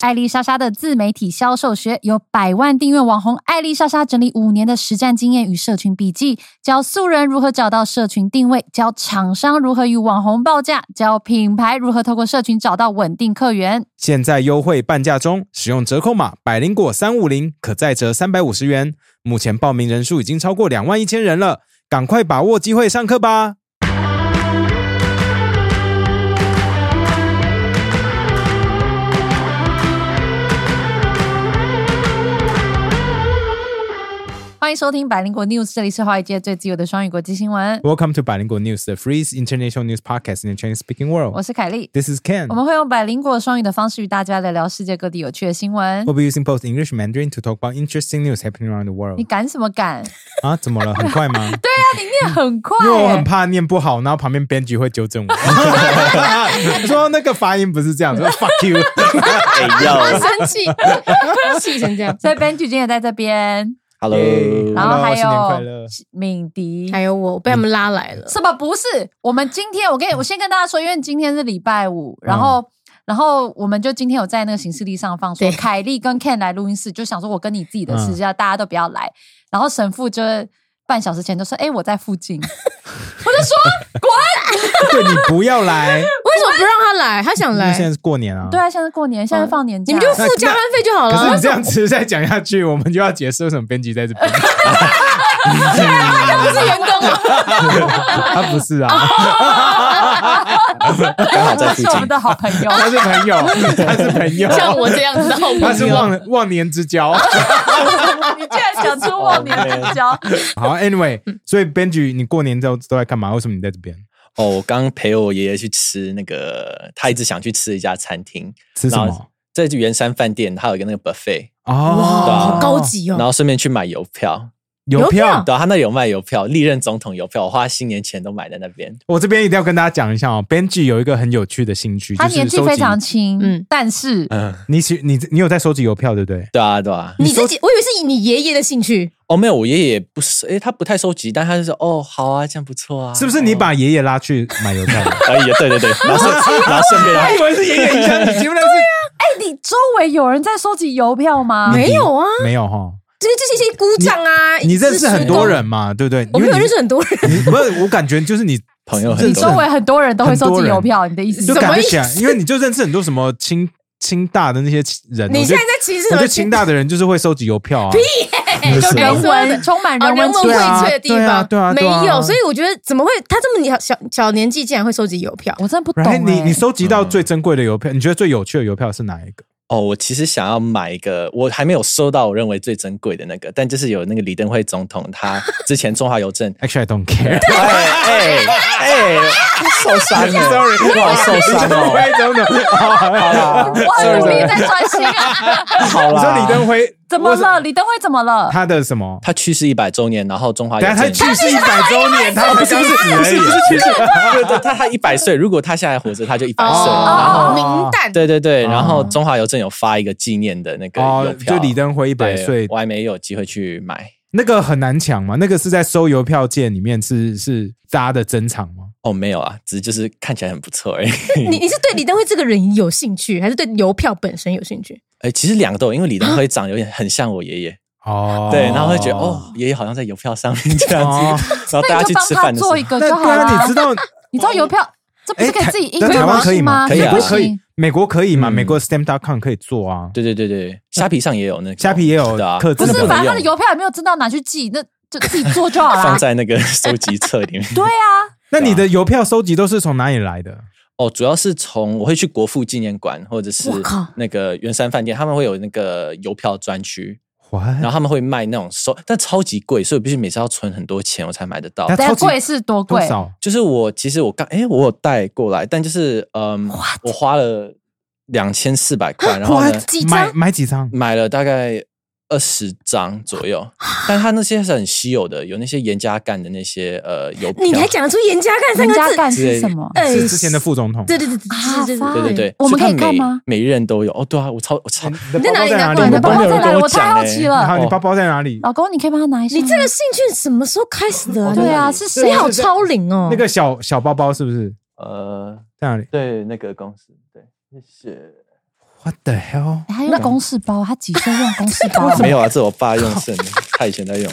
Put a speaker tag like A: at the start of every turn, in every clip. A: 艾丽莎莎的自媒体销售学由百万订阅网红艾丽莎莎整理五年的实战经验与社群笔记，教素人如何找到社群定位，教厂商如何与网红报价，教品牌如何透过社群找到稳定客源。
B: 现在优惠半价中，使用折扣码百灵果三五零可再折三百五十元。目前报名人数已经超过两万一千人了，赶快把握机会上课吧！
A: 欢迎收听百灵果 News，这里是华尔街最自由的双语国际新闻。
B: Welcome to 百灵果 News, the freest international news podcast in the Chinese-speaking
A: 我
B: world.
A: 是凯莉，
B: This is Ken.
A: 我们会用百灵果双语的方式与大家聊聊世界各地有趣的新闻
B: We'll。be using both English and Mandarin to talk about interesting news happening around the
A: 你
B: world.
A: 赶什么赶？
B: 啊，怎么了？很 快吗？对，
A: 你念很快、
B: 因为我
A: 耶
B: 很怕念不好，然后旁边编辑会纠正我， 说那个发音不是这样，说 fuck you。
C: 哎呦
D: 生气，气成这样。
A: 所以 Ben 姐今天也在这边，
B: Hello，
A: 然后还
B: Hello，新年快乐
A: 有敏迪。
D: 还有我被他们拉来了，
A: 什么不是？我们今天我跟你我先跟大家说，因为今天是礼拜五，然后、然后我们就今天有在那个行事历上放说，
D: 对
A: 凯莉跟 Ken 来录音室，就想说我跟你自己的
B: 嗯
A: 事，叫、大家都不要来。然后神父就半小时前就说：“哎、我在附近。”我就说：“
B: 对你不要来，
D: 为什么不让他来？他想
B: 因为现在
D: 来，
B: 是过年啊。
A: 对啊，现在过年，现在放年假，
D: 你们就付加班费就好
B: 可是
D: 了
B: 你。这样子再讲下去，我们就要解释为什么编辑在这 边。
A: 不是员工啊，
B: 他不是啊，哎
C: 刚好在 附
A: 是 我们
C: 近，
A: 的好朋友。
B: 他是朋友，他是朋友，
D: 像我这样子的好
B: 他是
D: 朋友，
B: 忘忘年之交。
A: 你竟然讲出忘年之交，
B: 好，Anyway，所以编剧，你过年之后都在干嘛？为什么你在这边？
C: 哦，我刚陪我爷爷去吃那个，他一直想去吃一家餐厅，
B: 吃什
C: 然
B: 么
C: 后？在圆山饭店，它有一个那个 buffet，
D: 哇，
B: 哦
D: 好，高级
C: 然
D: 哦！
C: 后顺便去买邮票。
B: 邮
D: 邮
B: 票
D: 票。
C: 对啊，他那里有卖邮票，历任总统邮票，我花新年前都买在那边。
B: 我这边一定要跟大家讲一下哦，Benji 有一个很有趣的兴趣，
A: 他
B: 就是
A: 年纪
B: 收集
A: 非常轻，嗯
D: 嗯，
A: 但是
C: 嗯，
B: 你喜你你有在收集邮票对不对？
C: 对啊，对啊。
D: 你自己，我以为是你爷爷的兴趣，
C: 哦，没有，我爷爷不是，诶，他不太收集，但他就说，哦，好啊，这样不错啊。
B: 是不是你把爷爷拉去买邮票？
C: 可以？对对对，然后 顺然后顺便
B: 我以为 是爷爷影响你，结果那是
A: 哎你周围有人在收集邮票吗？
D: 没有啊，
B: 没有哈。
D: 这这些鼓掌啊，
B: 你认识
D: 一直
B: 很多人嘛，对不对？
D: 叔公，我没
B: 因为
D: 有
B: 你
D: 认识很多人，
B: 你 不是，我感觉就是你
C: 朋友
B: 认
C: 很
A: 你
B: 识
A: 周围很多人都会收集邮票，你的意思是
B: 就
A: 什
B: 感
A: 么
B: 觉
A: 意
B: 起
A: 思？
B: 来，因为你就认识很多什么清清大的那些人，
D: 你
B: 我觉得
D: 现在在歧视
B: 我觉
D: 什么
B: 得清大的人就是会收集邮票啊，
C: 多
A: 就人文充满
D: 哦，
A: 人
D: 人
A: 文气
D: 文
B: 对啊
A: 息。
D: 荟萃的地
B: 对啊
D: 方，
B: 对啊对啊
D: 没有，所以我觉得怎么会他这么小小小年纪竟然会收集邮票？
A: 我真的不懂
B: 然后你
A: 欸
B: 你收集到最珍贵的邮票，你觉得最有趣的邮票是哪一个？
C: 哦，我其实想要买一个，我还没有收到我认为最珍贵的那个，但就是有那个李登辉总统，他之前中华 邮政，
B: Actually, I don't care。
C: 哎哎哎，受伤了
B: Sorry，
C: 哇，受伤哦了，
B: 李登辉总统，好好
C: 好啦，
A: 我很努
C: sorry，
A: 力
C: sorry
A: 在专心啊！
C: 好
B: 你说
C: 啦，
B: 李登辉
A: 怎么
B: 为什
A: 了？李登辉怎么了？
B: 他的什么？
C: 他去世一百周年，然后中华
B: 等下
C: 邮
B: 他
C: 政
B: 去世一百周年，他
C: 不是不是
B: 刚死而
C: 不是
B: 已
C: 不是去世， 对对，他他一百岁，如果他现在活着，他就一百岁了。然后
D: 哦，明淡，
C: 对对对，然后
B: 哦
C: 中华邮政有发一个纪念的那个邮
B: 哦，
C: 票，
B: 就李登辉一百
C: 对
B: 岁
C: 我还没有机会去买。
B: 那个很难抢嘛，那个是在收邮票界里面是是大家的珍藏吗？
C: 哦，没有啊，只是就是看起来很不错而已。
D: 你你是对李登辉这个人有兴趣，还是对邮票本身有兴趣？
C: 哎，其实两个都有，因为
A: 嗯
C: 李登辉长得有点很像我爷爷，
B: 哦
C: 对，然后会觉得哦，爷爷好像在邮票上面这样
B: 哦
C: 子， 然
A: 那
C: 后大家
A: 你就
C: 去
A: 帮
C: 吃
A: 他
C: 饭的时
A: 做
C: 候
A: 一，个
B: 那
A: 就
B: 对
A: 好
B: 啊，
A: 了
B: 你知。 道
A: 你知道邮票这不是可以
B: 台
A: 自己印
B: 但台
A: 的
B: 湾
A: 吗？
B: 可以吗？
C: 可以
B: 美
C: 啊
B: 国
A: 不
B: 可以
A: 行，，
B: 美国可以嘛？
C: 嗯
B: 美国 stamp.com 可以做啊。
C: 对对对对，虾皮上也有那个，
B: 虾皮也有
C: 对啊，
B: 刻字
A: 不
C: 真
A: 是
C: 的不，
A: 反
C: 能
A: 正他的
C: 用，
A: 邮票也没有真到拿去寄，那就自己做就好
C: 放
A: 啦。
C: 在那个 收集册里面。
A: 对啊，
B: 那你的邮票收集都是从哪里来的？
C: 哦，主要是从我会去国父纪念馆或者是
D: 我靠
C: 那个圆山饭店，他们会有那个邮票专区，然
B: 哇，
C: 后他们会卖那种收，但超级贵，所以我必须每次要存很多钱我才买得到
B: 那。
A: 等
B: 超
A: 下
B: 级
A: 贵是多
B: 多
A: 贵？
B: 少？
C: 就是我其实我刚哎、我有带过来，但就是嗯我花了两千四百块，然后呢
D: 几
B: 买
D: 张？
B: 买几张？
C: 买了大概二十张左右，但它那些是很稀有的，有那些严家干的那些呃邮票，
D: 你还讲得出“严家淦”三
A: 人家
D: 个
A: 干
D: 字？
A: 是什么？
D: 哎
B: 是之前的副总统。啊
D: 对对对对对对
A: 啊
C: 对
D: 对
C: 对对，
A: 我们
C: 所以
A: 可以
C: 它
A: 看吗
C: 每每一任都有哦，对啊，我超我超
B: 你的包包
D: 你在
B: 哪
D: 哪里拿
B: 里？
D: 过
A: 对，你
D: 来
A: 的
C: 我的
A: 包
C: 朋
A: 包
C: 友
A: 在哪
C: 跟
A: 里？
C: 我
A: 我太
C: 讲
A: 好
C: 欸
A: 奇
B: 然
A: 了。
B: 后你
C: 哦
B: 包包在哪里？
A: 老公，你可以帮他拿一下
D: 你
A: 吗。
D: 这个兴趣什么时候开始的啊？
A: 对啊，是谁
D: 你好超龄哦！
B: 那个小小包包是不是
C: 呃
B: 在哪里
C: 对那个公司对谢谢。
B: ？What the hell？
A: 等下那公事包，他几岁用公事包？
C: 没有啊，这我爸用剩的，他以前在用，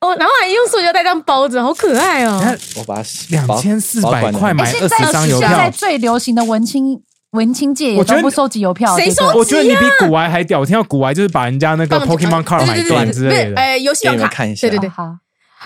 D: 哦，然后还用塑胶袋这样包着，好可爱
B: 你看
D: 哦。
C: 我把它保
B: 两千四
C: 保
B: 百
C: 管了
B: 块买
A: 哎
B: 二十张邮
A: 现在
B: 票，
A: 最流行的文青文青界也
B: 我觉
A: 都
B: 得
A: 不收集邮票，
D: 谁
A: 对不对
D: 收
B: 我觉得你比古玩还屌，我听到古玩就是把人家那个 Pokemon card 买断之类的。
D: 呃，游戏王
C: 给你
D: 卡，
C: 们看一下
D: 对对对，
A: 好，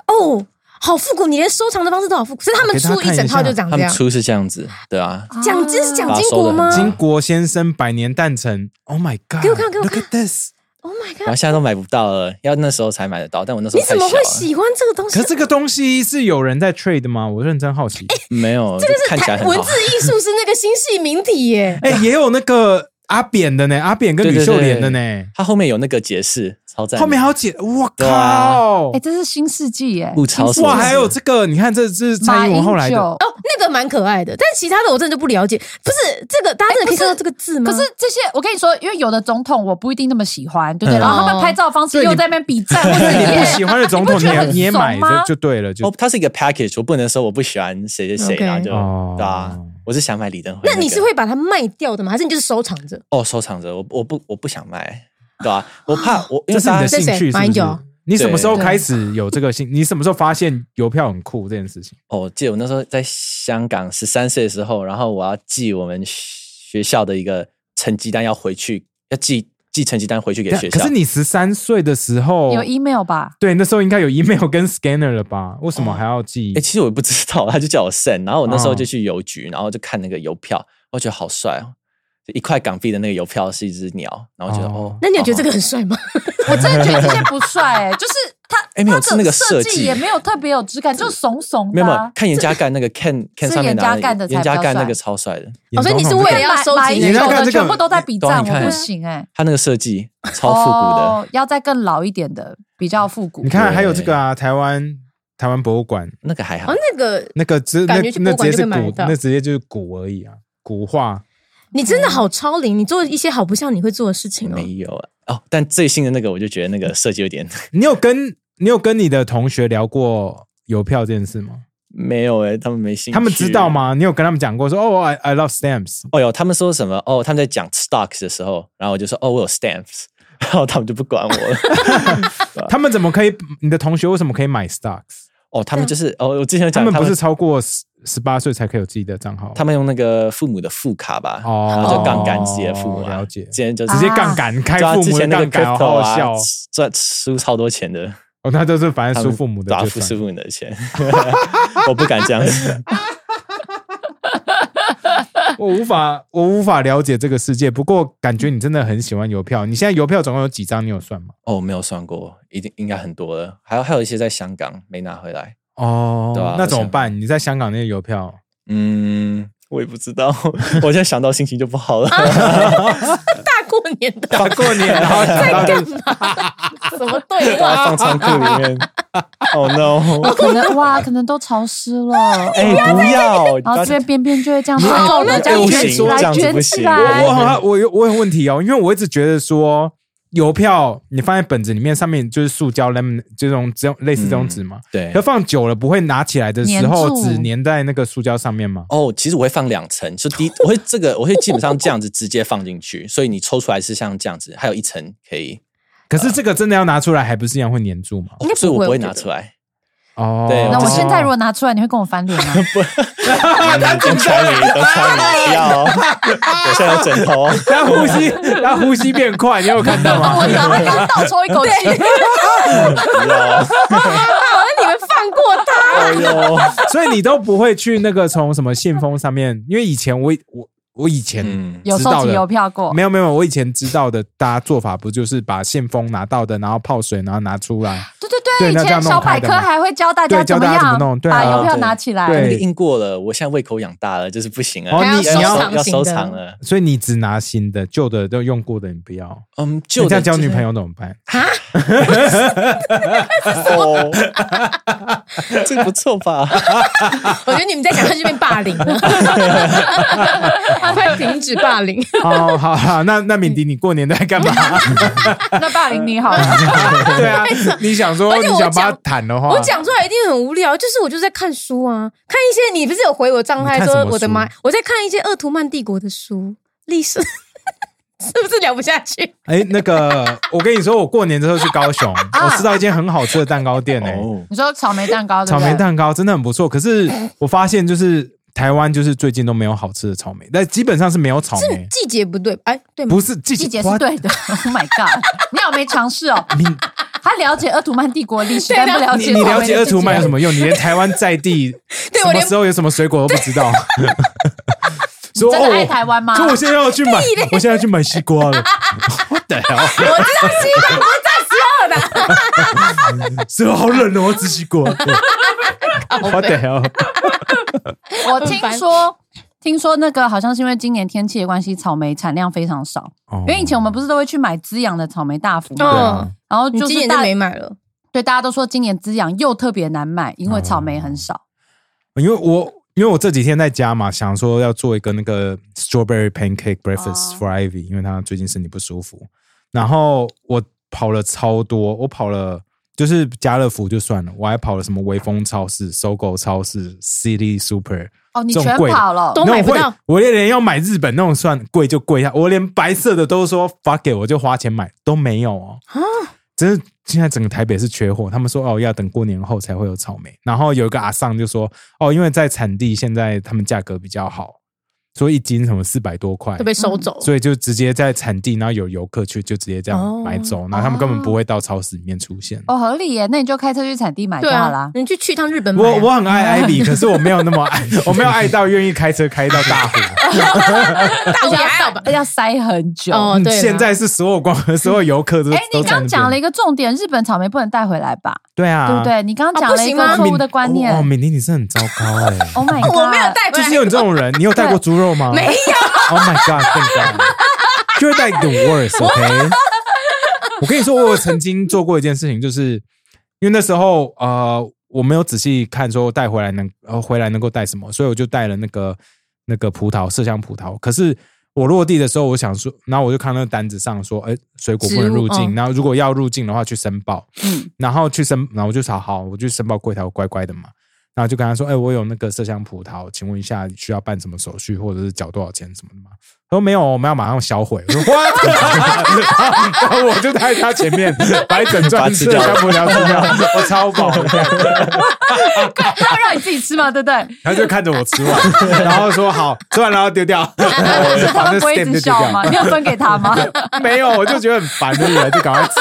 D: 哦，好复古，你连收藏的方式都好复古，所以他们
B: 给大家
D: 出一整套就长
C: 他
D: 这
C: 们
D: 样。
C: 出是这样子，对啊，
A: 好
D: 奖金是奖
A: 啊
D: 金国吗
C: 把它收得
B: 金
C: 很
B: 国先生百年诞辰，Oh my God！
D: 呃给我看给我看
B: Look at this！
D: Oh my
C: 然后
D: god！
C: 现在都买不到了，要那时候才买得到，但我那时
D: 你
C: 候太
D: 怎
C: 小
D: 么会
C: 了，
D: 喜欢这个东西
B: 可是？这个东西是有人在 trade 的吗？我认真好奇。。
C: 没有，这
D: 这
C: 看起来
D: 台
C: 很
D: 文
C: 好
D: 字。艺术是那个星系名体耶
B: 哎，也有那个阿扁的呢，阿扁跟吕秀莲的呢。
C: 它后面有那个解释，超赞的。
B: 后面还有解，我
C: 对啊
B: 靠
A: 哎，！这是新世纪耶！
C: 物超所值
B: 哇，还有这个，你看这这是
A: 马
B: 蔡英文
A: 英
B: 后来的，
A: 九，
D: 哦，那个蛮可爱的，但其他的我真的就不了解。不是这个，大家真的可以看到这个字吗？
A: 哎可是这些我跟你说，因为有的总统我不一定那么喜欢，对不对？
C: 嗯
A: 然后他们拍照方式
B: 对
A: 又
B: 你
A: 在那边比赞，或者
B: 对你不
A: 耶
B: 喜欢的总
A: 你
B: 统，
A: 不
B: 你
A: 觉得
B: 也
A: 很
B: 你也买
A: 怂吗
B: 这就对了，就
C: 哦，它是一个 package，我不能说我不喜欢谁谁谁，
D: OK
C: 然后就
B: 哦
C: 对啊，我是想买李登辉个。
D: 那你是会把它卖掉的吗？还是你就是收藏着？
C: 哦收藏着，我我不我不想卖，对吧？我
D: 哦
C: 怕我
B: 这
C: 因
B: 是
C: 为
B: 你
C: 大
B: 的
C: 家
B: 兴趣是
D: 马
B: 不
D: 英
B: 是
D: 九？
B: 你什么时候
A: 对
B: 开始有这个兴？你什么时候发现邮票很酷这件事情？
C: 哦，我记得我那时候在香港十三岁的时候，然后我要寄我们学校的一个成绩单要回去，要寄寄成绩单回去给学校。
B: 啊可是你十三岁的时候
A: 有 email 吧？
B: 对，那时候应该有 email 跟 scanner 了吧？为什么
C: 哦
B: 还要寄
C: 哎、？其实我也不知道，他就叫我 send，然后我那时
B: 哦
C: 候就去邮局，然后就看那个邮票，我觉得好帅哦，就一块港币的那个邮票是一只鸟，然后觉得
B: 哦
C: 哦，
D: 那你有觉得这
C: 个？
D: 个很帅吗？
A: 我真的觉得这些不帅、欸，就是 他，
C: 哎没有
A: 他
C: 是
A: 的
C: 那个
A: 设
C: 设计
A: 计也没有特别有质感，就怂怂的
C: 没有没
A: 啊、
C: 有，看严家淦那个 Ken Ken
A: 是
C: 上面
A: 严
C: 拿
A: 家淦的才
C: 那个严家
A: 比较
C: 沅那
A: 帅
C: 个超帅的，
B: 严
D: 哦所以
B: 总
D: 你是
B: 统
D: 为
B: 这
D: 了
B: 个
D: 要收集
A: 马
D: 那
A: 英
B: 个
A: 九
B: 你看
A: 的
B: 这个
A: 全部都在比赞，
C: 你
A: 我
C: 看
A: 不行哎、
C: 他那个设计超复古的，
A: 哦，要再更老一点的，比较复古。
B: 你看还有这个啊，台湾台湾博物馆
C: 那个还好
D: 哦，，那个
B: 那个直那
D: 感觉去
B: 那
D: 博物
B: 直接
D: 馆就是可以买
B: 古
D: 得，到
B: 那直接就是古而已啊，古画。
D: 你真的好超龄，你做一些好不像你会做的事情哦。
C: 没有啊。哦，但最新的那个我就觉得那个设计有点
B: 你有跟你有跟你的同学聊过邮票这件事吗？
C: 没有哎、他们没兴趣。
B: 他们知道？吗？你有跟他们讲过说哦，I I love stamps，
C: 哦哟，他们说什么？哦，他们在讲 stocks 的时候，然后我就说哦，我有 stamps，然后他们就不管我了。 呃
B: 他们怎么可以？你的同学为什么可以买 stocks？
C: 哦，他们就是哦，我之前有
B: 他
C: 讲
B: 们不是超过十十八岁才可以有自己的账号吗，
C: 他们用那个父母的副卡吧，
B: 哦
C: 然后就杠杆自己的父母、啊，
B: 了解
C: 之前就
B: 直接
A: 啊
B: 杠杆开
C: 抓
B: 父
C: 之
B: 母的
C: 前那
B: 杠
C: 个
B: 杆，好
C: crypto
B: 好
C: 啊
B: 笑哦。，
C: 赚输超多钱的，
B: 哦，他就是反正
C: 他
B: 输
C: 们
B: 父母的
C: 对啊
B: 就
C: 付
B: 算，
C: 输父母的钱， 我不敢这样子。
B: 我无法，我无法了解这个世界。不过感觉你真的很喜欢邮票。你现在邮票总共有几张？你有算吗？
C: 哦，没有算过，一定应该很多了，还有还有一些在香港没拿回来，
B: 哦
C: 对啊
B: 那
C: 我
B: 怎么
C: 想
B: 办？你在香港那些邮票，
C: 嗯。我也不知道， 我现在想到心情就不好了。
D: 大过年的
B: 放过年然后想到就
D: 什么对
C: 把
D: 话？
C: 它放仓库里面。Oh no！
A: 可能哇，可能都潮湿 了，
C: 哎，不要！
A: 然后这边边边就会这样
B: 你
A: 好
D: 哎
A: 了，这
B: 哎
A: 样
B: 我
A: 卷
B: 跟你
A: 起
B: 说
A: 来
C: 这，样子
A: 卷
C: 不
A: 起
C: 行
A: 来
B: 我。很好我有我有问题哦，因为我一直觉得说邮票你放在本子里面，上面就是塑胶 lemon 这种这种类似这种纸嘛，
C: 嗯对
B: 可，放久了不会拿起来的时
A: 粘
B: 候
A: 住
B: 纸粘在那个塑胶上面吗？
C: 哦，其实我会放两层，就第一，我会这个，我会基本上这样子直接放进去，所以你抽出来是像这样子，还有一层可以，
B: 可
C: 呃
B: 是这个真的要拿出来，还不是一样会粘住吗？
D: 应该不会
C: 所以我不
D: 我
C: 会
D: 觉
C: 拿
D: 得
C: 出来。
B: 哦，
C: 对
A: 那我
C: 就是
A: 现 在如果拿出来，你会跟我翻脸吗？
B: 啊
C: 都穿 你，都穿你，不要！哦我现在有枕头。哦
B: 他呼吸，他呼吸变快，你有看到吗？
A: 我哪会刚倒抽一口气？
D: 好像哦你们放过他，
C: 哦 哎呦，
B: 所以你都不会去那个从什么信封上面，因为以前我我我以前
C: 嗯，
A: 有
B: 知
A: 收
B: 道
A: 集
B: 的
A: 邮票过
B: 没？有没有，我以前知道的，大家做法不就是把信封拿到的，然后泡水，然后拿出来。
A: 对对
B: 对
A: 以
B: 那这
A: 前
B: 样弄
A: 小百
B: 开的
A: 科
B: 嘛
A: 还会教大家
B: 对教
A: 怎
B: 大家怎么
A: 样
B: 弄对啊
A: 把邮票
C: 对
A: 拿起来。
B: 对
C: 那个印过了，我现在胃口养大了，就是不行了。
B: 哦你
C: 要
B: 你要
C: 要
D: 收藏型
C: 收
D: 的
C: 藏了。
B: 所以你只拿新的，旧的都用过的你不要。
C: 嗯，就
B: 就这样交女
C: 友
B: 朋友怎么办？
D: 啊
C: 哦，这个不错 吧？
D: 我觉得你们在讲他就变霸凌了，快停止霸凌。
B: 哦，好好，那那敏迪，你过年都在干嘛？
A: 那霸凌你好了。
B: 对啊，你想说
D: 而
B: 你
D: 且我
B: 想把它
D: 讲
B: 谈的话，
D: 我讲出来一定很无聊，就是我就是在看书啊，看一些你不是有回我账
B: 你
D: 号
B: 看什
D: 说
B: 么
D: 我的
B: 书
D: 妈，我在看一些鄂图曼帝国的书历史。 是不是聊不下去？
B: 哎，那个，我跟你说，我过年之后去高雄，
D: 啊
B: 我吃到一间很好吃的蛋糕店哎、
C: 哦，
A: 你说草莓蛋糕，对
B: 草
A: 不对
B: 莓蛋糕真的很不错。可是我发现，就是台湾就是最近都没有好吃的草莓，但基本上是没有草
D: 是
B: 莓，
D: 季节不对，哎，对吗
B: 不？是季
A: 嗯季节是
B: 哇
A: 对的。Oh my god！你好没尝试哦，
B: 你
A: 他了解厄图曼帝国历史，
D: 对啊
A: 但不了解
B: 你
A: 草
B: 你
A: 莓
B: 了
A: 的
B: 解
A: 季
B: 二图曼有
A: 节
B: 什 么用？你连台湾在地
D: 对
B: 什
D: 我
B: 么
D: 连
B: 时候有什么水果都不 知道。说
A: 真的爱
B: 哦
A: 台湾吗啊
B: 所以我现在要去买， 我现在要去买西瓜了。我的
D: 我知道西瓜不是在十二的，
B: 所以好冷哦，我吃西 瓜。我的 hell！
A: 我听说，听说那个好像是因为今年天气的关系，草莓产量非常少。因为以前我们不是都会去买滋养的草莓大福
B: 对
A: 吗？
B: 啊
D: 嗯，
A: 然后
D: 你
A: 就
D: 今
A: 是
D: 年就
A: 大
D: 没买了。
A: 对大家都说今年滋养又特别难买，因为草莓很少。
B: 因为我因为我这几天在家嘛，想说要做一个那个 strawberry pancake breakfast
A: 哦
B: for Ivy，、因为她最近身体不舒服。然后我跑了超多，我跑了就是家乐福就算了，我还跑了什么微风超市、搜狗超市、City Super，
A: 哦，你
B: 这种
A: 全
B: 贵的
A: 跑了，
D: 都
B: 那
D: 买
B: 我
D: 不
B: 会
D: 到，
B: 我连要买日本那种算贵就贵一下，我连白色的都说 fuck it，我就花钱买都没有哦。
D: 啊
B: 真是现在整个台北是缺货，他们说哦要等过年后才会有草莓，然后有一个阿桑就说哦，因为在产地现在他们价格比较好，所以一斤什么四百多块
D: 都，被收走。
B: 所以就直接在产地，然后有游客去就直接这样
D: 哦
B: 买走，然后他们根本不会到超市里面出现。
A: 哦，合理耶。那你就开车去产地买就
D: 对
A: 好
D: 啊
A: 啦，。
D: 你去去趟日本买啊。
B: 我我很爱艾比，可是我没有那么爱，我没有爱到愿意开车开到大湖。
D: 大
A: 而且
D: 我也
A: 要
D: 还好吧
A: 塞，要塞很久。
D: 哦，对啦，
B: 嗯现在是所有光所有游客都
A: 哎，
B: 都
A: 你
B: 在那
A: 刚
B: 边
A: 讲了一个重点，日本草莓不能带回来吧？
B: 对啊，
A: 对不？对？你刚刚
D: 啊
A: 讲
D: 不
A: 了一
D: 行
A: 个
D: 吗
A: 错误的观念
B: 哦，。敏婷你是很糟糕 哎、
A: Oh my god！
D: 哦我没有带回
B: 就
D: 来，
B: 是有你这种人，你有带过猪肉吗？
D: 没有。
B: Oh my god，更糟，就会带 the worst，OK、我跟你说，我有曾经做过一件事情，就是因为那时候呃，我没有仔细看说带回来能呃回来能够带什么，所以我就带了那个那个葡萄麝香葡萄。可是我落地的时候，我想说，然后我就看那个单子上说，哎、水果不能
D: 植物
B: 入境，
D: 嗯
B: 然后如果要入境的话去申报。
A: 嗯
B: 然后去申，然后我就说好，我去申报柜台，我乖乖的嘛。然后就跟他说：“哎、我有那个麝香葡萄，请问一下需要办什么手续，或者是缴多少钱什么的吗？”他说：“没有，我们要马上销毁。”我说：“哇！”然后我就在他前面把一整
C: 把
B: 串
C: 它吃
B: 麝
C: 掉
B: 香葡萄吃掉，我超饱的。
A: 他要让你自己吃嘛，对不对？
B: 他就看着我吃完，然后说：“好，吃完然后丢掉。” 我就把
A: 他
B: 那
A: 不会一
B: stem 就
A: 直
B: 丢
A: 笑吗？
B: 掉。
A: 你有分给他吗？ 就
B: 没有，我就觉得很烦而已啊，就赶快吃。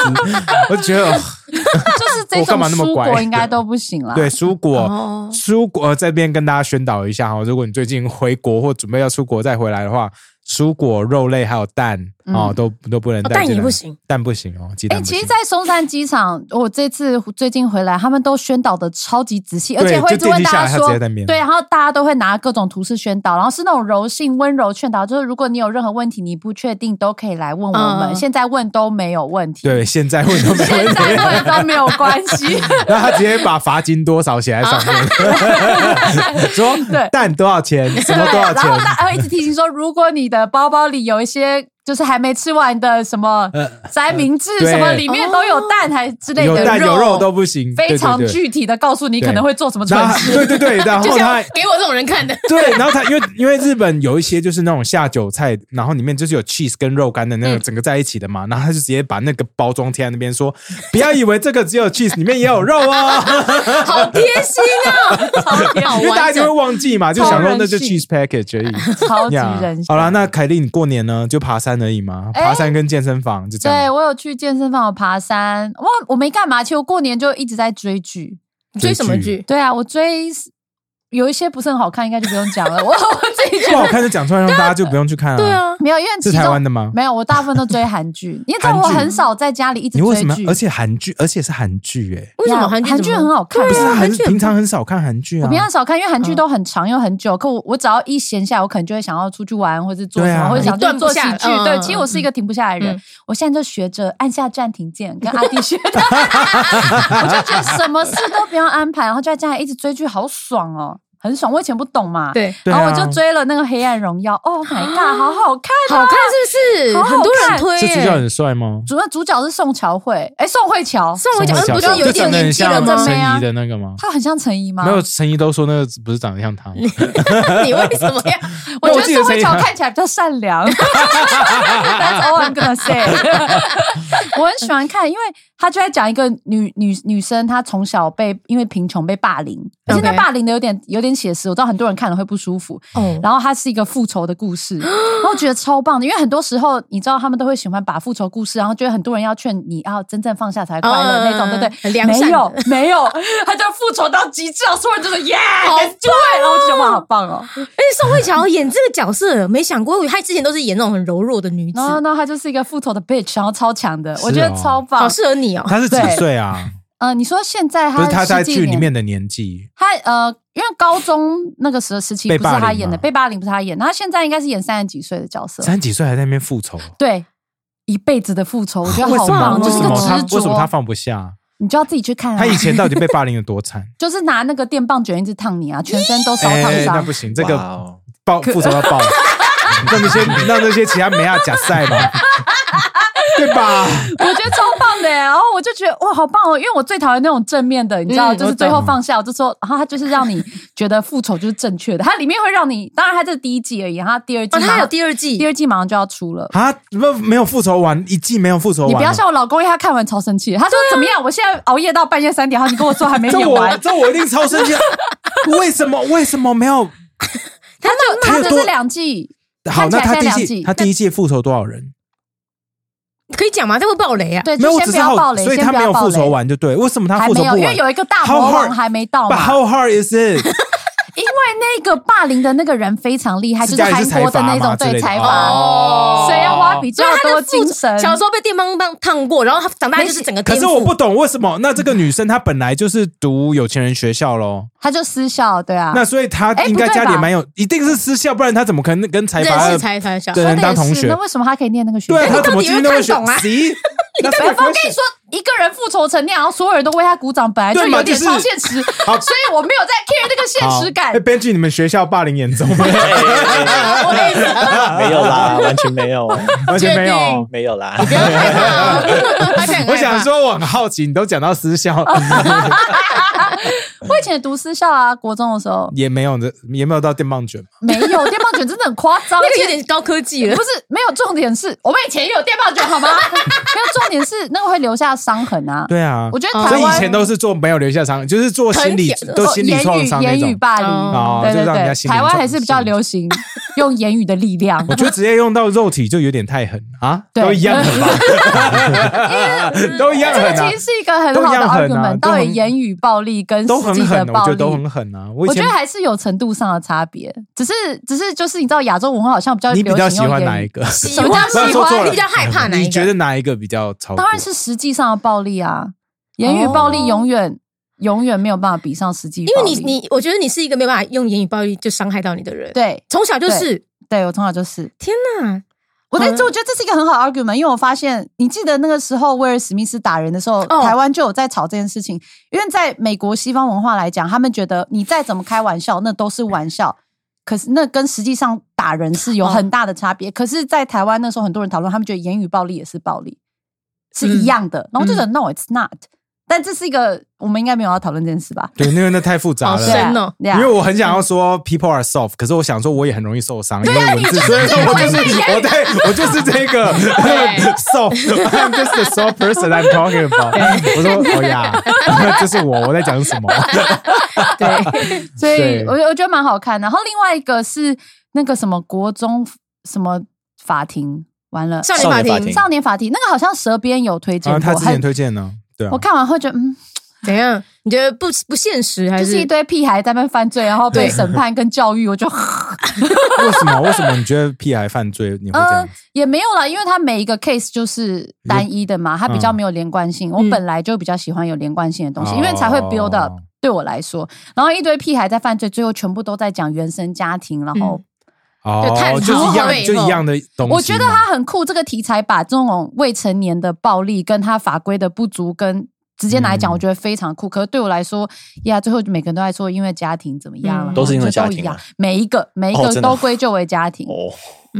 B: 我就觉得
A: 是这
B: 我干
A: 种
B: 嘛那么
A: 蔬
B: 乖
A: 果应该都不行啦。
B: 对，蔬果，
D: 哦
B: 蔬果呃这边跟大家宣导一下哈，如果你最近回国或准备要出国再回来的话，蔬果、肉类还有蛋
A: 嗯
B: 哦，都都不能带
D: 哦蛋
B: 进来
D: 也不行，
B: 蛋不行哦，鸡
A: 哎、
B: 蛋不
A: 其
B: 行。
A: 实，在松山机场，我这次最近回来，他们都宣导的超级仔细，而且会一直问大家
B: 就电梯下来他直
A: 说
B: 接在那，边
A: 对，然后大家都会拿各种图示宣导，然后是那种柔性温柔劝导，就是如果你有任何问题，你不确定都可以来问我们，
D: 嗯
A: 现在问都没有问题，，
B: 对，现在问都没
A: 现
B: 问题，
A: 在问都没有关 系，
B: 然后他直接把罚金多少写在上 面，说
A: 啊对
B: 蛋多少钱，什
A: 对，
B: 么多 少
A: 然后
B: 钱，
A: 他会一直提醒说，如果你的包包里有一些。就是还没吃完的什么三明治，
B: 呃对
A: 什么里面都有蛋，还之类的
B: 有蛋有肉都不行，
A: 非常
B: 对对对
A: 具体的告诉你
B: 对
A: 可能会做什么蠢
B: 然后
A: 事。
B: 对对对，然后
D: 就是
B: 他
D: 要给我这种人看的。
B: 对，然后 他因为因为日本有一些就是那种下酒菜，然后里面就是有 cheese 跟肉干的那
D: 嗯
B: 种整个在一起的嘛，然后他就直接把那个包装贴在那边说，不要以为这个只有 cheese，里面也有肉哦，
D: 好 贴心啊，好
B: 因为大家
D: 完
B: 就会
D: 整。
B: 忘记嘛，就想说
A: 超
B: 那就
A: 人性
B: cheese package 而 已。
A: 超级
B: 呀
A: 人性。
B: 好啦，那凯莉，你过年呢就爬山而已吗？
A: 哎
B: 爬山跟健身房就这
A: 对
B: 样。
A: 我有去健身房，我爬山，我我没干嘛，其实我过年就一直在追剧。
D: 你追什么剧？
A: 对啊，我追有一些不是很好看，应该就不用讲 了。我我自己觉
B: 不好
A: 得
B: 看就讲出来，让大家就不用去看了。
D: 对，啊，
A: 没有，因为
B: 是
A: 其中
B: 台湾的吗
A: 没有，我大部分都追韩剧，因为
B: 韩
A: 我
B: 剧
A: 很少在家里一直
B: 你为
A: 追
B: 什么要？
A: 剧
B: 而。且韩剧，而且是韩剧，哎，
D: 为什么
A: 呀
D: 韩剧
A: 韩剧
D: 怎
A: 很
D: 么了？
A: 好看？
B: 不是很
D: 啊韩剧很
B: 平常很少看韩剧
A: 我
B: 啊
A: 平。常少看，因为韩剧都很长又很久。可我我只要一闲下来，我可能就会想要出去玩，或是做
B: 对
A: 什
B: 啊
A: 么，或者想
D: 你
A: 去
D: 断
A: 做
D: 不
A: 喜
D: 下
A: 剧。
D: 嗯
A: 对，
D: 嗯
A: 其实我是一个停不下来的人
D: 嗯。
A: 我现在就学着按下暂停键，跟阿弟学的， 我就觉得什么事都不要安排，然后就在家里一直追剧，好爽哦。很爽，我以前不懂嘛，
D: 对，
B: 对
A: 然后我
B: 啊
A: 就追了那个《黑暗荣耀》，Oh my god，好好看、啊，
D: 好看是不是？
A: 好好看
D: 很多人推
B: 是主角
D: 耶。
B: 很帅吗？
A: 主要主角是宋乔慧，哎，宋慧乔，
D: 宋慧乔
A: 嗯
B: 宋慧
D: 呃不
B: 乔
D: 是有一
B: 就长
D: 点
B: 得
D: 年
B: 很
D: 纪了
B: 像
A: 吗
B: 陈
A: 妹啊
B: 怡的那个吗？
A: 她很像陈怡吗？
B: 没有，陈怡都说那个不是长得像他 吗？
D: 你为什么要？
A: 我觉
B: 我
A: 得
B: 记
A: 宋
B: 得
A: 慧
B: 陈怡
A: 乔
B: 她
A: 看起来比较善 良。That's all I'm gonna say 。我很喜欢看，因为他就在讲一个女女女生，她从小被因为贫穷被霸凌，而且那
D: OK
A: 霸凌的有点有点写实，我知道很多人看了会不舒服。
D: 哦，
A: 然后它是一个复仇的故 事，然后我觉得超棒的，因为很多时候你知道他们都会喜欢把复仇故事，然后觉得很多人要劝你要真正放下才快乐、那种，对不对？
D: 很嗯良善的
A: 没有没有， 他就复仇到极致，所有人就说耶，
D: 好
A: 对，然后我就觉得哇，好棒哦。
D: 而且宋慧乔演这个角色，没想过，她之前都是演那种很柔弱的女子
A: 然，后呢，他就是一个复仇的 bitch，然后超强的，
B: 是
A: 我觉得
B: 哦
A: 超棒。
D: 好适合你哦。
B: 他是几
A: 对
B: 岁啊？
A: 呃，你说现在
B: 不
A: 他
B: 是他在
A: 实际
B: 剧里面的年纪，
A: 他呃，因为高中那个时候时期
B: 被
A: 不是
B: 霸
A: 他
B: 凌
A: 演的，
B: 嘛
A: 被霸凌不是他演，他现在应该是演三十几岁的角色，
B: 三十几岁还在那边复 仇，
A: 对，一辈子的复仇，我觉得
B: 为
A: 好
B: 什
A: 棒哦，
B: 么？
A: 就
B: 为
A: 是
B: 什
A: 一个
B: 么他
A: 执
B: 为什么他
A: 着，
B: 放不下？
A: 你就要自己去看啊。
B: 他以前到底被霸凌有多 惨？哎
A: 就是拿那个电棒卷一直烫你啊，全身都烧烫
B: 那
A: 伤
B: 不。行，这个
C: 哇哦
B: 报复仇要 报，让那些让那些其他美亚假赛嘛，对吧？
A: 我觉得超棒的耶，然后我就觉得哇，好棒哦！因为我最讨厌那种正面的，你知道，
D: 嗯
A: 就是最后放下，我就说，然后他就是让你觉得复仇就是正确的，它里面会让你，当然它这是第一季而已，然后它第二季
D: 哦，
A: 马上、
D: 她有第二季，
A: 第二季马上就要出了。
B: 啊，没没有复仇完，一季没有复仇完，
A: 你不要像我老公一样，他看完超生气的，他说怎么样？我现在熬夜到半夜三点，然后你跟我说还没
B: 这
A: 演
B: 我
A: 完，
B: 这我一定超生 气，为什么为什么没有？
A: 他就
B: 他
A: 他
B: 有
A: 就
B: 多
A: 是两季，
B: 好，
A: 看起
B: 那
A: 来
B: 他第
A: 才
B: 一
A: 两季
B: 季他第一季复仇多少人？
D: 可以讲吗？这会爆雷啊！
A: 对，
B: 没有，
A: 就
B: 我
A: 先不
B: 只是
A: 要暴
B: 好，
A: 雷，
B: 所以
A: 先
B: 他
A: 不
B: 没
A: 要
B: 有
A: 暴
B: 复
A: 雷
B: 仇完就对。为什么他
A: 还
B: 复
A: 没
B: 仇
A: 有，
B: 不
A: 因
B: 完
A: 为？有一个大
B: How
A: 魔
B: hard-
A: 王还没到
B: But
A: 嘛。
B: how hard is it？
A: 因为那个霸凌的那个人非常厉害，就是是
B: 家里
A: 韩
B: 是
A: 国的那
B: 财阀
A: 种
B: 嘛之类
A: 对
B: 的
A: 财阀，
C: 哦
A: 所以要花比较
D: 所以她
A: 多
D: 的复
A: 精神。
D: 小时候被电棒棒烫过，然后她长大就是整个
B: 可
D: 颠覆。
B: 是我不懂为什么，那这个女生她本来就是读有钱人学校喽，
A: 他就私校，对啊，
B: 那所以她
A: 哎
B: 应该
A: 不对吧
B: 家里蛮有，一定是私校，不然她怎么可能跟财
D: 认
B: 阀
D: 识？才才小，
B: 对
A: 说的
B: 当
A: 也
B: 同
A: 是。
B: 学
A: 那为什么他可以念那个学校？
B: 对啊，她
A: 我
B: 怎么今天都会学
D: 到底会看懂 啊
B: C？那是
A: 跟你说，一个人复仇成那样，然后所有人都为他鼓掌，本来就
B: 对嘛
A: 有点
B: 就是
A: 超现实，
B: 好
A: 所以我没有在 care 那个现实感
B: 哎，。编剧，你们学校霸凌严重 吗？
D: 我跟你说，
C: 没有啦，完全 没有，
B: 完全没
D: 确
B: 有
D: 定。
C: 没有啦。
D: 不要害怕
A: 啊
D: 哦她现在很害怕
B: 我想，说，我很好奇，你都讲到私校，
A: 我以前也读私校啊，国中的时候
B: 也没有这，也没有到电棒卷嘛。
A: 没有电棒卷，真的很夸 张，
D: 那
A: 而
D: 个
A: 且
D: 有点高科技了
A: 不。是没有重点是，我们以前也有电棒卷，好吗？ 没有重点是那个会留下伤痕啊。
B: 对啊，
A: 我觉得
D: 哦
B: 所
A: 台
B: 以以
A: 湾
B: 前都是做没有留下伤，就是做心理
D: 很
B: 都
A: 做
B: 心理
A: 言
B: 创
A: 语
B: 伤那
A: 哦言语
B: 种。
A: 霸凌，
D: 哦
A: 对
B: 就
A: 对
B: 让人家
A: 对，
B: 心理
A: 台湾
B: 创
A: 还是比较
B: 心理
A: 流 行用言语的力量。
B: 我觉得直接用到肉体就有点太狠啊，
A: 对
B: 都一样狠吧，
A: 嗯
B: 都一样
A: 这个
B: 狠啊
A: 其实，是一个很
B: 都一
A: 好的
B: 样狠啊
A: argument，
B: 都
A: 到
B: 很
A: 底言语暴力跟
B: 都
A: 实
B: 很
A: 际的
B: 狠啊，我
A: 暴
B: 觉得
A: 力，
B: 都很狠啊。我以
A: 我觉
B: 前
A: 得还是有程度上的差别，只是只是就是你知道亚洲文化好像比较
B: 你比
A: 流
B: 较
A: 行
B: 喜
A: 用
B: 欢
A: 言
B: 哪一
A: 语，
B: 个？
D: 喜
A: 什么叫
D: 欢
A: 喜欢
D: 喜
B: 说错了
D: 欢，你比较害 怕哪一
B: 你觉
D: 个
B: 得？哪一个比较超过？
A: 当然是实际上的暴力
B: 哦
A: 啊，言语暴力永远、永远没有办法比上实际
D: 因
A: 暴
D: 为
A: 力，
D: 你你，我觉得你是一个没办法用言语暴力就伤害到你的人。，
A: 对
D: 从小就是。
A: 对，我从小就是。
D: 天哪！
A: 我在
D: 嗯
A: 这，我觉得这是一个很好的 argument，因为我发现，你记得那个时候威尔史密斯打人的时候，
D: 哦
A: 台湾就有在吵这件事情。因为在美国西方文化来讲，他们觉得你再怎么开玩笑，那都是玩笑，可是那跟实际上打人是有
D: 哦
A: 很大的差别。可是，在台湾那时候，很多人讨论，他们觉得言语暴力也是暴力，
D: 嗯
A: 是一样的。然后我就觉得、No，it's not。但这是一个，我们应该没有要讨论这件事吧？
B: 对，那个那太复杂
D: 好
B: 了。
D: 对深哦
A: 对
B: 因
A: 啊
B: 为我很想要说 people are soft，可是我想说我也很容易受伤，因
A: 啊
B: 为文字，所以说我就是我对我就是这个 soft，I'm just the soft person I'm talking about。我说哦呀， 这是我我在讲 什么？
D: 对，
A: 所以
B: 对
A: 我我觉得蛮好看的。然后另外一个是那个什么国中什么法庭，完了
D: 少
C: 少年
D: 年法
C: 法
D: 庭
C: 庭
A: 少年法庭那个好像蛇边有推荐
B: 然
A: 过，
B: 后啊他之前
A: 很
B: 推荐呢，对啊
A: 我，看完后觉得嗯，
D: 怎样？你觉得不不现实还？
A: 就是是一堆屁孩在那边犯罪，然后被
D: 对
A: 审判跟教育，我 就
B: 为什么为什么你觉得屁孩犯罪你会这样
A: 嗯？也没有了，因为他每一个 case 就是单一的嘛，它比较
B: 嗯
A: 没有连贯性。
D: 嗯
A: 我本来就比较喜欢有连贯性的东西，
B: 哦
A: 因为才会 build up。对我来说，然后一堆屁孩在犯罪，最后全部都在讲原生家庭，然后
D: 嗯
A: 呃
B: 哦
D: 就探，讨
B: 就是一
D: 后背
B: 样就一样的东西嘛。
A: 我觉得他很酷，这个题材把这种未成年的暴力跟他法规的不足跟直接拿来讲，我觉得非常酷。可是对我来说，呀，最后每个人都在说因为家庭怎么样啊，
D: 嗯
C: 都是因为
A: 就
C: 家
A: 一
C: 庭
A: 样
C: 啊，
A: 每一个每一
C: 哦
A: 个
C: 真的
A: 都
C: 啊
A: 归咎为家庭。
C: 哦，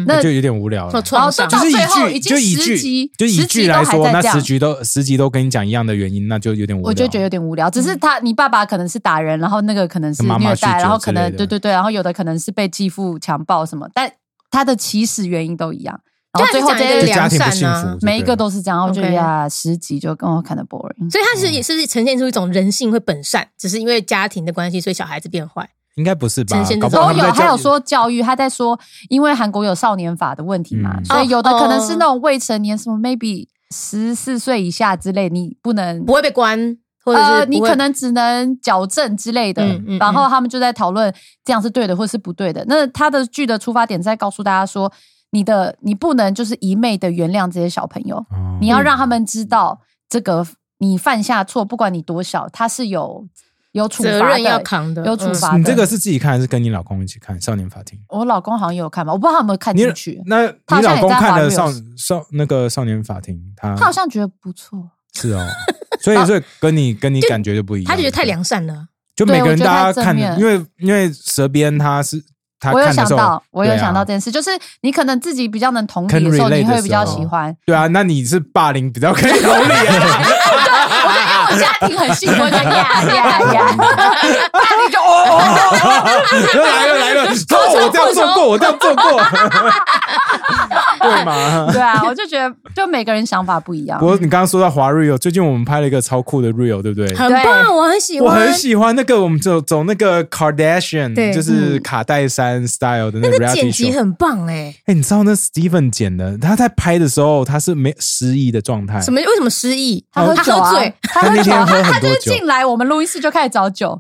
A: 那
B: 就有点无聊了
D: 或。
A: 好
D: 创伤
A: 这
B: 就
A: 到
B: 是
A: 最后已
B: 一句，
A: 经
B: 就一
A: 十
B: 句
A: 集，
B: 就一
A: 十
B: 句
A: 集都还
B: 来说，
A: 在
B: 那
A: 这样
B: 十局都十集都跟你讲一样的原因，那就有点无聊。
A: 我就觉得有点无聊。只是他，你爸爸可能是打人，然后那个可能是
B: 妈妈
A: 虐
B: 酗酒
A: 待，然后可
B: 之
A: 能
B: 类的
A: 对对对，然后有的可能是被继父强暴什么，但他的起始原因都一样。然后最后这
D: 就
B: 就
A: 些
D: 两
B: 家庭不
D: 良善
B: 幸
D: 啊
B: 福，
A: 每一个都是这样，我觉得
D: OK
A: 呀，十集就跟我看的 boring。
D: 所以它其实也是呈现出一种人性会本善，只是因为家庭的关系，所以小孩子变坏。
B: 应该不是吧
D: 呈？现
B: 搞
D: 这
B: 不
D: 种
B: 好
A: 都
B: 他们
A: 有，
B: 在
A: 还
B: 教
A: 有说教育，他在说，因为韩国有少年法的问题嘛，
B: 嗯
A: 所以有的
D: 哦
A: 可能是那种未成年，什么 maybe 十四岁以下之类，你不能
D: 不会被关，或者是、
A: 呃，你可，能只能矫正之类的。
D: 嗯嗯
A: 然后他们就在讨论这样是对的或是不对的。那他的剧的出发点是在告诉大家说，你的你不能就是一昧的原谅这些小朋友，
D: 嗯
B: 哦
A: 你要让他们知道这个你犯下错，不管你多小，他是有有处罚的，
D: 责任要扛的嗯
A: 有处罚的。
B: 你这个是自己看还是跟你老公一起看《少年法庭》？
A: 我老公好像也有看吧，我不知道他有没有看
B: 你
A: 进去。
B: 那
A: 他好像
B: 你老
A: 也
B: 公
A: 在
B: 看
A: 华
B: 了
A: 语
B: 少
A: 有
B: 少那个《少年法庭》，他
A: 他好像觉得不错，
B: 是哦，所以所以跟你跟你感觉就不一样。
D: 他就觉得太良善了。
B: 就
A: 对
B: 每个
A: 我
B: 人
A: 觉得
B: 大
A: 太
B: 家
A: 正
B: 看
A: 面
B: 的，
A: 了
B: 因为因为蛇鞭他是他
A: 我有
B: 看的
A: 想
B: 时候
A: 到，，我有
B: 对啊
A: 想到这件事，就是你可能自己比较能同理
B: ，can
A: 的时候，
B: relate
A: 你
B: 的
A: 会比较
B: 时候
A: 喜欢。
B: 对啊，那你是霸凌比较可以同 理啊。
A: 我因为我家庭很幸福，我 就呀呀呀，那你就哦，
B: 又来了来了，哦，我这样做过，我这样 做过，对吗？
A: 对啊，我就觉得就每个人想法不一样
B: 不。过你刚刚说到华 real，最近我们拍了一个超酷的 real，对不对？
D: 很棒，我很喜欢。
B: 我很喜欢那个，我们走走那个 Kardashian，
D: 对
B: 就是卡戴珊 style 的那个
D: 那个剪
B: reality
D: 辑
B: show。
D: 很棒哎、
B: 哎、你知道那 Steven 剪的，他在拍的时候他是没失忆的状态，
D: 什么？为什么失忆？
A: 哎他
D: 哦
A: 喝
D: 他
A: 酒啊
D: 喝醉，，
A: 他
B: 他
A: 喝
B: 那
A: 酒
B: 天
A: 啊，
B: 喝很
A: 他就
B: 多
A: 是
B: 酒
A: 进来，我们录音室就开始找 酒，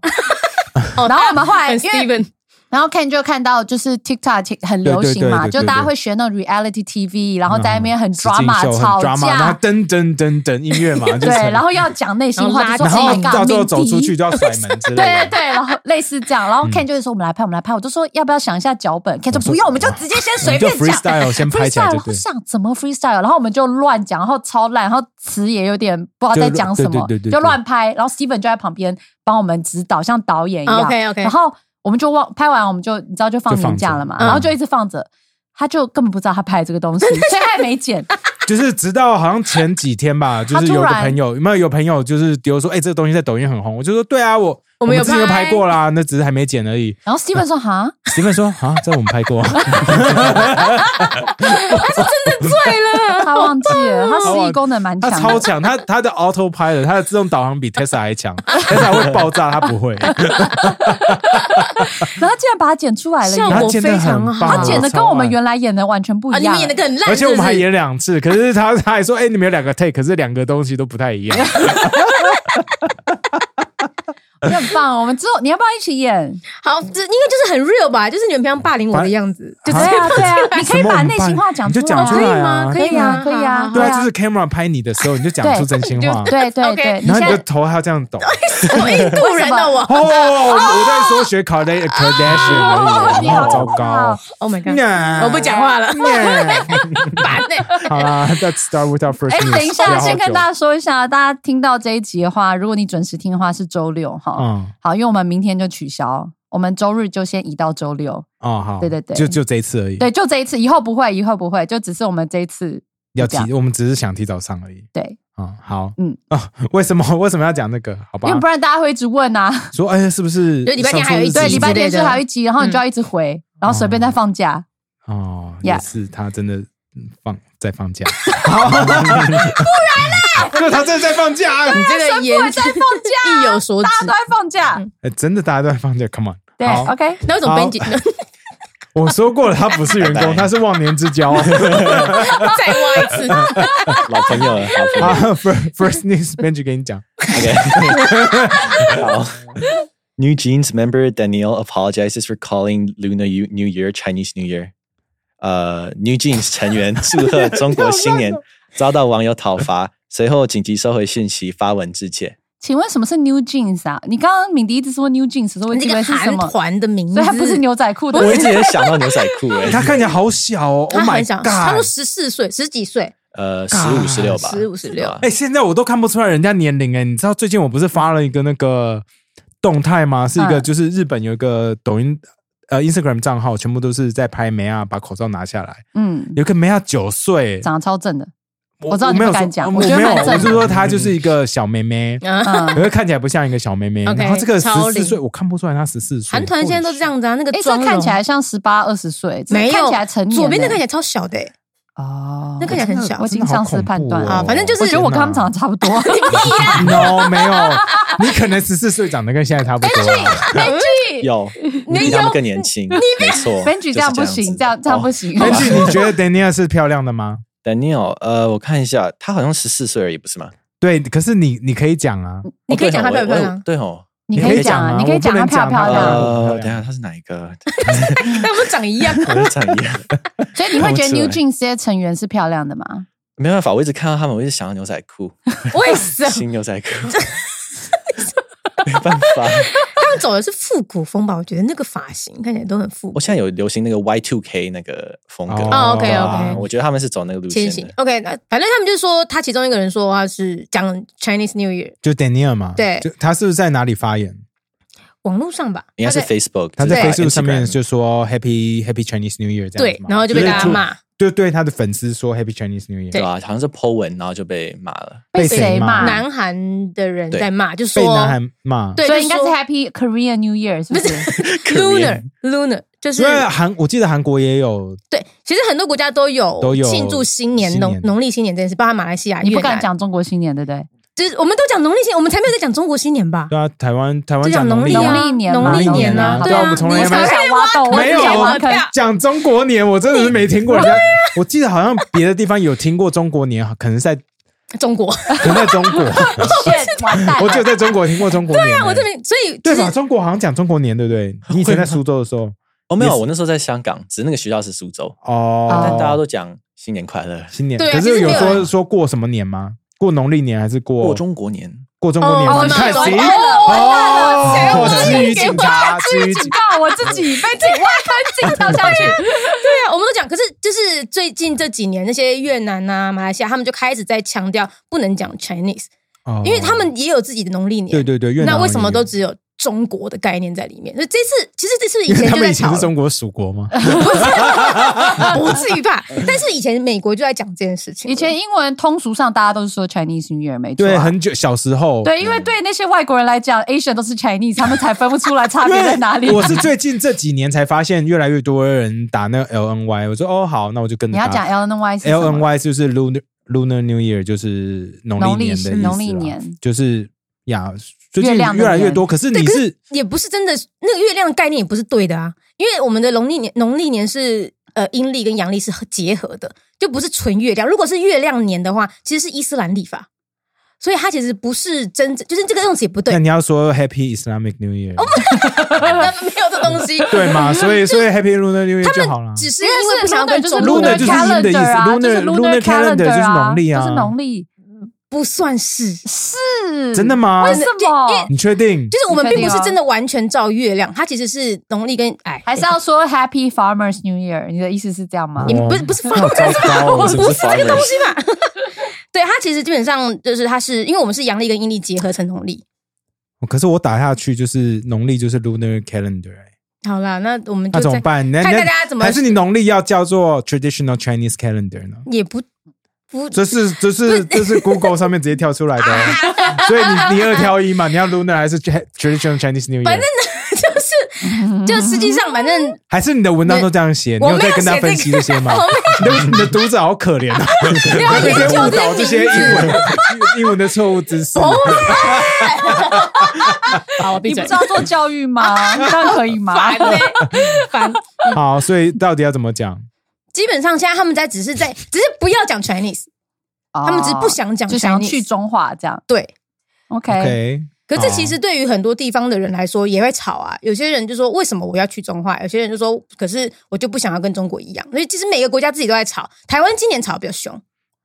D: 哦
A: 然后我们后来哎
D: 很
A: 因为
D: Steven
A: 然后 Ken 就看到就是 TikTok 很流行嘛，
B: 对对对对对嗯
A: 就大家会学那种 reality TV，然后在那边很
B: 实境
A: drama
B: 秀很
A: 吵
B: drama，然后
A: 架，
B: 噔噔噔噔音乐 嘛，就
A: 对
B: 是，
A: 然后要讲内心话，就说
B: 然
A: Oh
B: 后
A: my
B: 到
A: God，
B: 最后走
A: 鸣
B: 出
A: 笛
B: 去就要甩门之类的。
A: 对对对，然后 类似这样，然
B: 嗯
A: 后 Ken 就会说我们来拍，我们来拍，我就说要不要想一下脚本，Ken 说不用，我们就直接先随便
B: 我嗯们就
A: 讲啊
B: freestyle，先拍起
A: freestyle，
B: 来就
A: 然
B: 对
A: 后上怎么 freestyle，然后我们就乱讲，然后超烂，然后词也有点不知道在讲什么
B: 就对对对对，对
A: 就乱拍，然后 Steven 就在旁边帮我们指导，像导演一样。
D: 哦 OK，OK
A: 然后我们就忘拍完，我们就你知道就放
B: 就
A: 年
B: 放着
A: 假了嘛，
B: 嗯
A: 然后就一直放着。他就根本不知道他拍这个 东西，所以他也没剪。
B: 就是直到好像前几 天吧，就是有个朋友，有没有有朋友就是丢说，哎、这个东西在抖音很红，我就说对啊，我
D: 我们有
B: 之前就
D: 拍
B: 拍过啦，那只是还没剪而已。
A: 然后 Steven 说：“哈，
B: 媳妇说啊，这我们拍 过，
A: 他忘记了， 他失忆功能蛮
B: 哦他
A: 强的。
B: 超强，他他的 auto pilot，他的自动导航比 Tesla 还强，Tesla 会爆炸，他不会。
A: 然后他竟然把它剪出来了耶，
D: 效
B: 他
D: 果
B: 剪得
D: 非
B: 很
D: 常
B: 棒
D: 好，
A: 他剪的跟我们原来演的完全不
D: 啊，
A: 一
D: 你
A: 样。
D: 们演的更烂，
B: 而且我们还
D: 是
B: 演两次，可是他他还说，哎、你们有两个 take，可是两个东西都不太一 样。
A: 啊 你很棒。我们之后你要不要一起演？
D: 不是好，这应该就是很 real 吧，就是你们平常霸凌我的样子，就
A: 对
D: 是
A: 啊，对 啊，你可以
B: 什么
A: 把
B: 我们
A: 内心话讲
B: 你
A: 出
B: 就
A: 来，
B: 讲出
D: 可以
B: 来
D: 吗
B: 啊！
D: 可
A: 可以啊，
D: 吗
A: 可以啊，
B: 对
A: 对
B: 啊，就是 camera 拍你的时候，你就讲出真心话，
A: 对对对，
D: OK
A: 你
B: 然
A: 现
B: 后你
A: 在
B: 的头还要这样抖。
A: 啊
D: 我印度人的我
B: 哦，我在说学 Karda- Kardashian，
A: 你
B: 哎呦
A: 好
B: 好糟糕。
D: ，Oh my god，
B: Yeah
D: 我不讲话了，
B: Yeah
D: 烦呢。
B: 好啦，Let's start with our first
A: 哎，
B: news。
A: 等一下，先跟大
B: 家，
A: 家说一下，大家听到这一集的话，如果你准时听的话是周六哈，
B: 嗯，
A: 好，因为我们明天就取消，我们周日就先移到周六。
B: 哦，好，
A: 对对对
B: 就就这一次而已。
A: 对，，就这一次，以后不会，以后不会，就只是我们这一次
B: 要
A: 就这样
B: 提，我们只是想提早上而已。
A: 对，
B: 啊，好，
A: 嗯
B: 嗯啊，为什么为什么要讲那个？好吧
A: 因为，不然大家会一直问啊。
B: 说哎，是不是
D: 对礼拜天
B: 上周
D: 还有一
B: 日
D: 集
A: 对，
B: 是
A: 礼拜天
D: 之
A: 最
D: 类的
A: 后一集，然后你就要一直回，然后随
B: 嗯
A: 便再放假。
B: 哦，
A: Yeah
B: 也是他真的嗯放在放假， 不然嘞，就他真的在放假， 啊
D: 你这个言
A: 在放假，
D: 意有所指
A: 大，家都在放假。
B: 哎真的大家都在放假，Come on，
A: 对
B: 好
A: ，OK，
D: 那为什么编辑再
B: 我说过了，他不是员工，他是忘年之交。啊
D: 挖一次？
C: 老朋友了，老朋友
B: 啊
C: 了。
B: ，first first news Benji 给你讲，
C: OK，好。New Jeans member Danielle apologizes for calling Lunar Yu- New Year Chinese New Year。呃，New Jeans 成员祝贺中国新年遭到网友讨伐，随后紧急收回讯息，发文致歉。
A: 请问什么是 New Jeans 啊？你刚刚敏迪一直说 New Jeans，所以我一
D: 你
A: 直
D: 这
A: 以
D: 个
A: 为是什
D: 韩
A: 么？
D: 团的名字，
A: 所以它不是牛仔裤的，
C: 我一直也想到牛仔裤哎、
B: 他看起来好小哦，Oh
D: 他
B: my
D: 很小，他说
B: god！
D: 十四岁，十几岁，
C: 呃，十五十六吧，
D: 十五十六，
B: 哎、现在我都看不出来人家年龄哎、你知道最近我不是发了一个那个动态吗？是一个
A: 嗯
B: 就是日本有一个抖音呃 Instagram 账号，全部都是在拍梅亚把口罩拿下来，
A: 嗯，
B: 有一个梅亚九岁，
A: 长得超正的，
B: 我
A: 我知道你
B: 没有
A: 不敢
B: 说
A: 讲我
B: 我没
A: 觉得
B: 有，
A: 蛮正
B: 我是
A: 的
B: 说她就是一个小妹妹，
D: 嗯，
A: 嗯，
B: 可是看起来不像一个小妹妹。
D: OK，
B: 然后这个十
D: 超
B: 四
D: 龄
B: 岁，我看不出来她十四岁。
D: 韩团现在都这样子啊，那个
A: 哎，这
D: 妆容
A: 看起来像十八二十岁，只是
D: 没有
A: 看起来成年，
D: 左边那看起来超小 的欸，
A: 来哦，
D: 那看起来很小
A: 我已经上
B: 哦
A: 司判断了
D: 啊反正就是啊
A: 我觉得我跟他们长得差不 多。
B: no 没有，你可能十四岁长得跟现在
D: 哎
B: 差不多啊。
C: 有，你比他们更年轻，没错。
A: Benji 这样不行，这样哦这样不
C: 行。
A: 行。
B: 但是你觉得 Daniel 是漂亮的吗？
C: Daniel，呃，我看一下，他好像十四岁而已，不是吗？
B: 对，可是你你可以讲啊，
D: 你可以讲她
C: 哦对哦
D: 漂不漂
C: 我
D: 亮
C: 我，对哦，
A: 你可以讲啊，
B: 你
A: 你
B: 可
A: 可
B: 以
A: 以
B: 讲
A: 讲
B: 啊
A: 她漂不漂
B: 我不能讲啊
A: 亮，
C: 呃，
B: 漂亮
C: 等一下他是哪一个？
D: 但啊我们长一样。
C: 我在讲一样，
A: 所以你会觉得
C: 看不出
A: New
C: 来
A: Jeans 这些成员是漂亮的吗？
C: 没办法，我一直看到他们，我一直想要牛仔裤，
D: 为什么
C: 新牛仔裤， 没办法。
D: 他们走的是复古风吧？我觉得那个发型看起来都很复古
C: 我。现在有流行那个 Y two K 那个风格
B: 哦
D: ，OK，OK
C: 啊我觉得他们是走那个路
D: 千
C: 线
D: 禧
C: 的。
D: OK，那反正他们就说他其中一个人说他是讲 Chinese New Year，
B: 就 Daniel 嘛。
D: 对
B: 就他是不是在哪里发言？
D: 网络上吧，
C: 应该是
D: 他在
C: Facebook，
B: 他在
C: 就是
B: Facebook 上面
C: Instagram
B: 就说 Happy Happy Chinese New Year 这样
D: 对
B: 子嘛，
D: 然后就被
B: 是
D: 大家
B: 祝，
D: 骂。
B: 就对他的粉丝说 Happy Chinese New Year，
C: 对吧？啊好像是 Po 文，然后就被骂了。
A: 被
D: 谁
A: 谁骂？
D: 南韩的人在骂，就
B: 被
D: 说
B: 男孩骂。
D: 对，
A: 所
D: 就
A: 以应该是
D: 说
A: Happy Korean New Year，是不是？
D: Lunar Lunar，就是
B: 因为韩，我记得韩国也有
D: 对，其实很多国家都有
B: 都有
D: 庆祝新年
B: 新
D: 农
B: 年
D: 农历新年这件事，包括马来西亚，
A: 你不
D: 越南
A: 敢，讲中国新年，对不对？
D: 就是我们都讲农历新，我们才没有在讲中国新年吧？
B: 对啊，台湾台湾
D: 就讲
B: 农
D: 农历
B: 啊
D: 啊
A: 农历年嘛，
B: 农历年啊
A: 啊，
B: 对啊我们从来
A: 你
B: 没
A: 想想挖洞，哦我
B: 没有啊
A: 只想挖坑。
B: 讲中国年，我真的是没听过人家。
D: 啊
B: 我记得好像别的地方有听过中国年，可能是在
D: 中 国，
B: 可能在中 国，
A: Shit，完蛋了！
B: 我只有在中国听过中国年、
D: 啊我这
B: 欸
D: 边所以
B: 对
D: 其实
B: 吧？中国好像讲中国年，对不对？你以前在苏州的时候，
C: 哦，没有，我那时候在香港，只是那个学校是苏州，但
B: 哦，
C: 大家都讲新年快乐，
B: 新年，
D: 对啊
B: 可是有
D: 其实没
B: 说
D: 有
B: 说过什么年吗？过农历年还是过
C: 过中国年。
B: 过中国年吗？
D: 哦
B: 你看
D: 中国
B: 谁？
D: 年
B: 哦
D: 完蛋了，
B: 我
D: 啊谁啊
B: 至于
D: 给
B: 警察， 至于
A: 警
B: 警
A: 告我自 己，被自己挖坑自己跳下去。
B: 哦
D: 对啊，我们都讲，可是就是最近这几年，那些越南啊、马来西亚，他们就开始在强调不能讲 Chinese，、
B: 哦
D: 因为他们也有自己的农历年。
B: 对对对，越南
D: 那为
B: 也
D: 什么
B: 有
D: 都只有中国的概念在里面？所以这次其实这次以
B: 因为
D: 前
B: 他
D: 就
B: 们
D: 在
B: 以前
D: 吵
B: 是
D: 了，
B: 中国属国 吗？
D: 不至于吧？但是以前美国就在讲这件事情了，
A: 以前英文通俗上大家都是说 Chinese New Year，没错啊。
B: 对，很久小时候，
A: 对，因为对那些外国人来讲，Asian 都是 Chinese，他们才分不出来
D: 啊
A: 差别在哪 里。
B: 我是最近这几年才发现，越来越多人打那个 LNY。我说哦，好，那我啊就跟着
A: 你要
B: 打
A: 讲 L N Y 是什么
B: LNY 就是 Lunar Lunar New Year，就是农历年的意思啦啊
A: 农历年
B: 就是呀，最近
A: 月亮的
B: 越来越多。可是你是
D: 也不是真的，那个月亮概念也不是对的啊，因为我们的农历年农历年是呃阴历跟阳历是结合的，就不是纯月亮。如果是月亮年的话，其实是伊斯兰历法，所以它其实不是真正，就是这个用词也不对
B: 那，你要说 Happy Islamic New Year，
D: 没有这东西。
B: 对吗？所以所以 Happy Lunar New Year 就好了。
D: 只是
A: 因
D: 因为
A: 为
D: 不
A: 是
D: 想要
A: Lunar
D: 跟
A: 就是
D: 中
B: 啊
D: 国
B: Lunar
D: 人
B: 就是
D: 讲
B: Lunar 的意思
A: calendar 啊，就是
B: Lunar- Lunar calendar 就是农历啊
A: 就是农历。
D: 不算是，就
A: 嗯
B: 真的吗
A: 为？什么？
B: 你确定？
D: 是我们
A: 你确
D: 并
A: 定
D: 不
A: 啊
D: 是真的完全照月亮，它其实是农历跟哎，
A: 还是要说 Happy Farmers New Year？你的意思是这样吗
B: 你？
D: 不是不是
C: 好 糟糕哦，是不是
D: 这个
C: farmers？
D: 东西吧？ 对，它其实基本上就是它是因为我们是阳历跟阴历结合成农历。
B: 可是我打下去就是农历就是 Lunar Calendar，欸
D: 好啦，那我们
B: 那
D: 就
B: 怎么
D: 再
B: 办？那
D: 看
B: 那
D: 大家怎么
B: 还是你农历要叫做 Traditional Chinese Calendar 呢？
D: 也不不
B: 这是这是这是 Google 上面直接跳出来的哦、所以你你二挑一嘛，你要 Lunar 还是 Ch- Traditional Chinese New Year？
D: 反正就是就实际上，反正
B: 还是你的文章都这样写，你
D: 我没有
B: 在跟他分析这些吗？你 的你的读者好可怜啊，
D: 要
B: 被
D: 研
B: 这些误
D: 究
B: 导这
D: 这
B: 些
D: 些
B: 英
D: 名字。
B: 文英文的错误知识。
D: 好，我闭
A: 你不知道做教育吗？ 这样可以吗？哦
D: 烦呢，烦。
B: 好，所以到底要怎么讲？
D: 基本上现在他们在只是在，只是不要讲 Chinese，
A: 他
D: 他们只是不想讲
A: 哦
D: Chinese，
A: 就想要去中化这样。
D: 对。
A: OK，
B: OK，
D: 可这其实对于很多地方的人来说也会吵啊。有些人就说为什么我要去中化，有些人就说可是我就不想要跟中国一样。所以其实每个国家自己都在吵。台湾今年吵得比较凶，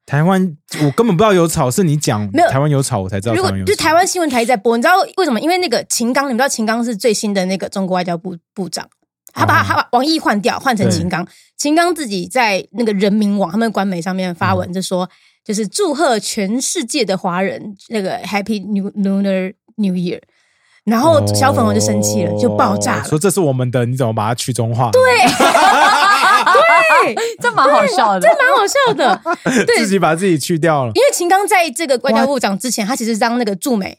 B: 台湾我根本不知道有草，是你讲
D: 没有
B: 台湾有草，我才知道台
D: 如果
B: 湾有
D: 就
B: 草。
D: 台湾新闻台一直在播，你知道为什么？因为那个秦刚，你们知道秦刚是最新的那个中国外交部部长，他
B: 哦
D: 把他把王毅换掉，换成秦刚。秦刚自己在那个人民网他们官媒上面发
B: 嗯
D: 文，就说、就是祝贺全世界的华人那个 Happy New Lunar New Year。然后小粉红就生气
B: 哦
D: 了，就爆炸了
B: 说。这是我们的，你怎么把它去中化？对，
A: 啊
D: 啊
A: 哎
D: 对，啊
A: 这蛮好笑的
D: 这。蛮好笑 的。对，
B: 自己把自己去掉了
D: 因为秦刚在这个外交部长之前，他其实是当那个驻美，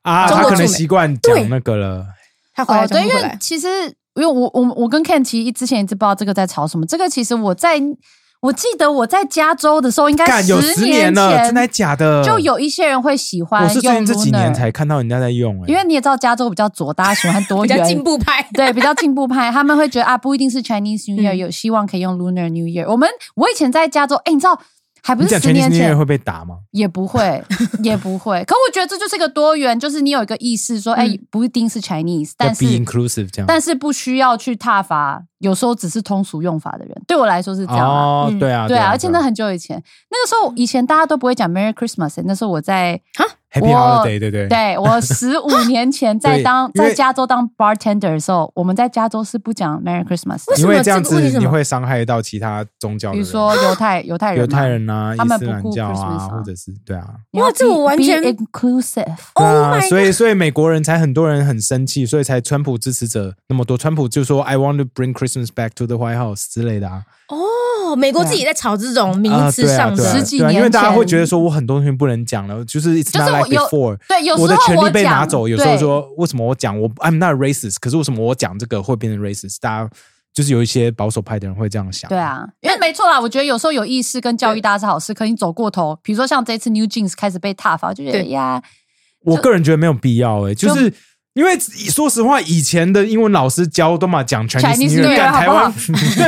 B: 啊，
D: 中
B: 他
D: 国
B: 可能
D: 驻美
B: 习惯
D: 对
B: 讲那个了。
D: 他回
B: 哦
D: 来
A: 哦对，
D: 转
A: 因
D: 不回
A: 为
D: 来。
A: 其实因为我我我跟 Ken 其实之前一直不知道这个在吵什么。这个其实我在我记得我在加州的时候，应该
B: 干有
A: 十
B: 十年
D: 哎
B: 了，
A: 前
B: 真的假
D: 呃
B: 的？
A: 就有一些人会喜欢
B: 我
A: 用
B: 是最近这几
A: Lunar
B: 年才看到人家在用、欸，
A: 因为你也知道加州比较左，大家喜欢多
D: 比
A: 元
D: 较进步派，
A: 对，比较进步派，他们会觉得啊，不一定是 Chinese New Year，、
D: 嗯
A: 有希望可以用 Lunar New Year。我们我以前在加州，哎，你知道，还不
B: 你
A: 是
B: 讲
A: 十
B: 全
A: 年
B: 年音
A: 前
B: 乐会被打吗？
A: 也不会，也不会。可我觉得这就是一个多元，就是你有一个意识说，哎、
D: 嗯
A: 不一定是 Chinese，
B: 要
A: 但
B: be
A: 是
B: inclusive 这样。
A: 但是不需要去挞伐，有时候只是通俗用法的人，对我来说是这样、啊。
B: 哦
D: 嗯，
B: 对啊，
A: 对
B: 啊，
A: 啊，而且那很久以前，那个时候以前大家都不会讲 Merry Christmas，那时候我在
B: Happy
A: 我
B: Holiday，对对。
A: 对我十五年前在
B: 对
A: 当
B: 因为
A: 在加州当 bartender 的时候，我们在加州是不讲 Merry Christmas，的
D: 为什
B: 因
D: 么
B: 为这样
D: 这个为什
B: 子
D: 么
B: 你会伤害到其他宗教的
A: 比
B: 人，
A: 如说犹 太犹太人嘛，
B: 犹太人啊、
A: 他
B: 伊
A: 们
B: 斯
A: 不
B: 兰
A: 顾
B: 教
A: Christmas
B: 啊，
A: 啊
B: 或者是对啊，
A: 你要
D: 哇这我
A: be-
D: 完
A: be
D: 全
A: inclusive。
B: 对
D: Oh
B: 啊，
D: my
B: 所以所以美国人才很多人很生气，所以才川普支持者那么多。川普就说 “I want to bring Christmas back to the White House” 之类的啊，
D: 哦，美国自己在炒这种名
B: 啊，
D: 词
B: 对啊，
D: 上
B: 对啊
A: 十
D: 的，
A: 几
B: 对啊因为
A: 年
B: 大家会
A: 前
B: 觉得说我很多东西不能讲了，就是 it's
A: 就是
B: not
A: 我
B: like
A: 有
B: before。
A: 对，有时
B: 我的权
A: 候
B: 利被
A: 讲
B: 拿走，有时候
A: 对
B: 说为什么我讲我 I'm not racist，可是为什么我讲这个会变成 racist？大家就是有一些保守派的人会这样想。
A: 对，啊，因为没错啦，我觉得有时候有意识跟教育大家是好事，可你走过头，比如说像这次 New Jeans 开始被踏伐，就觉得
D: 对
A: 呀，
B: 我个人觉得没有必要诶、就是。因为说实话，以前的英文老师教都嘛讲
A: Chinese
B: Chinese
A: New
B: New
A: Year，
B: Year，干
A: 好不
B: 台
A: 好啊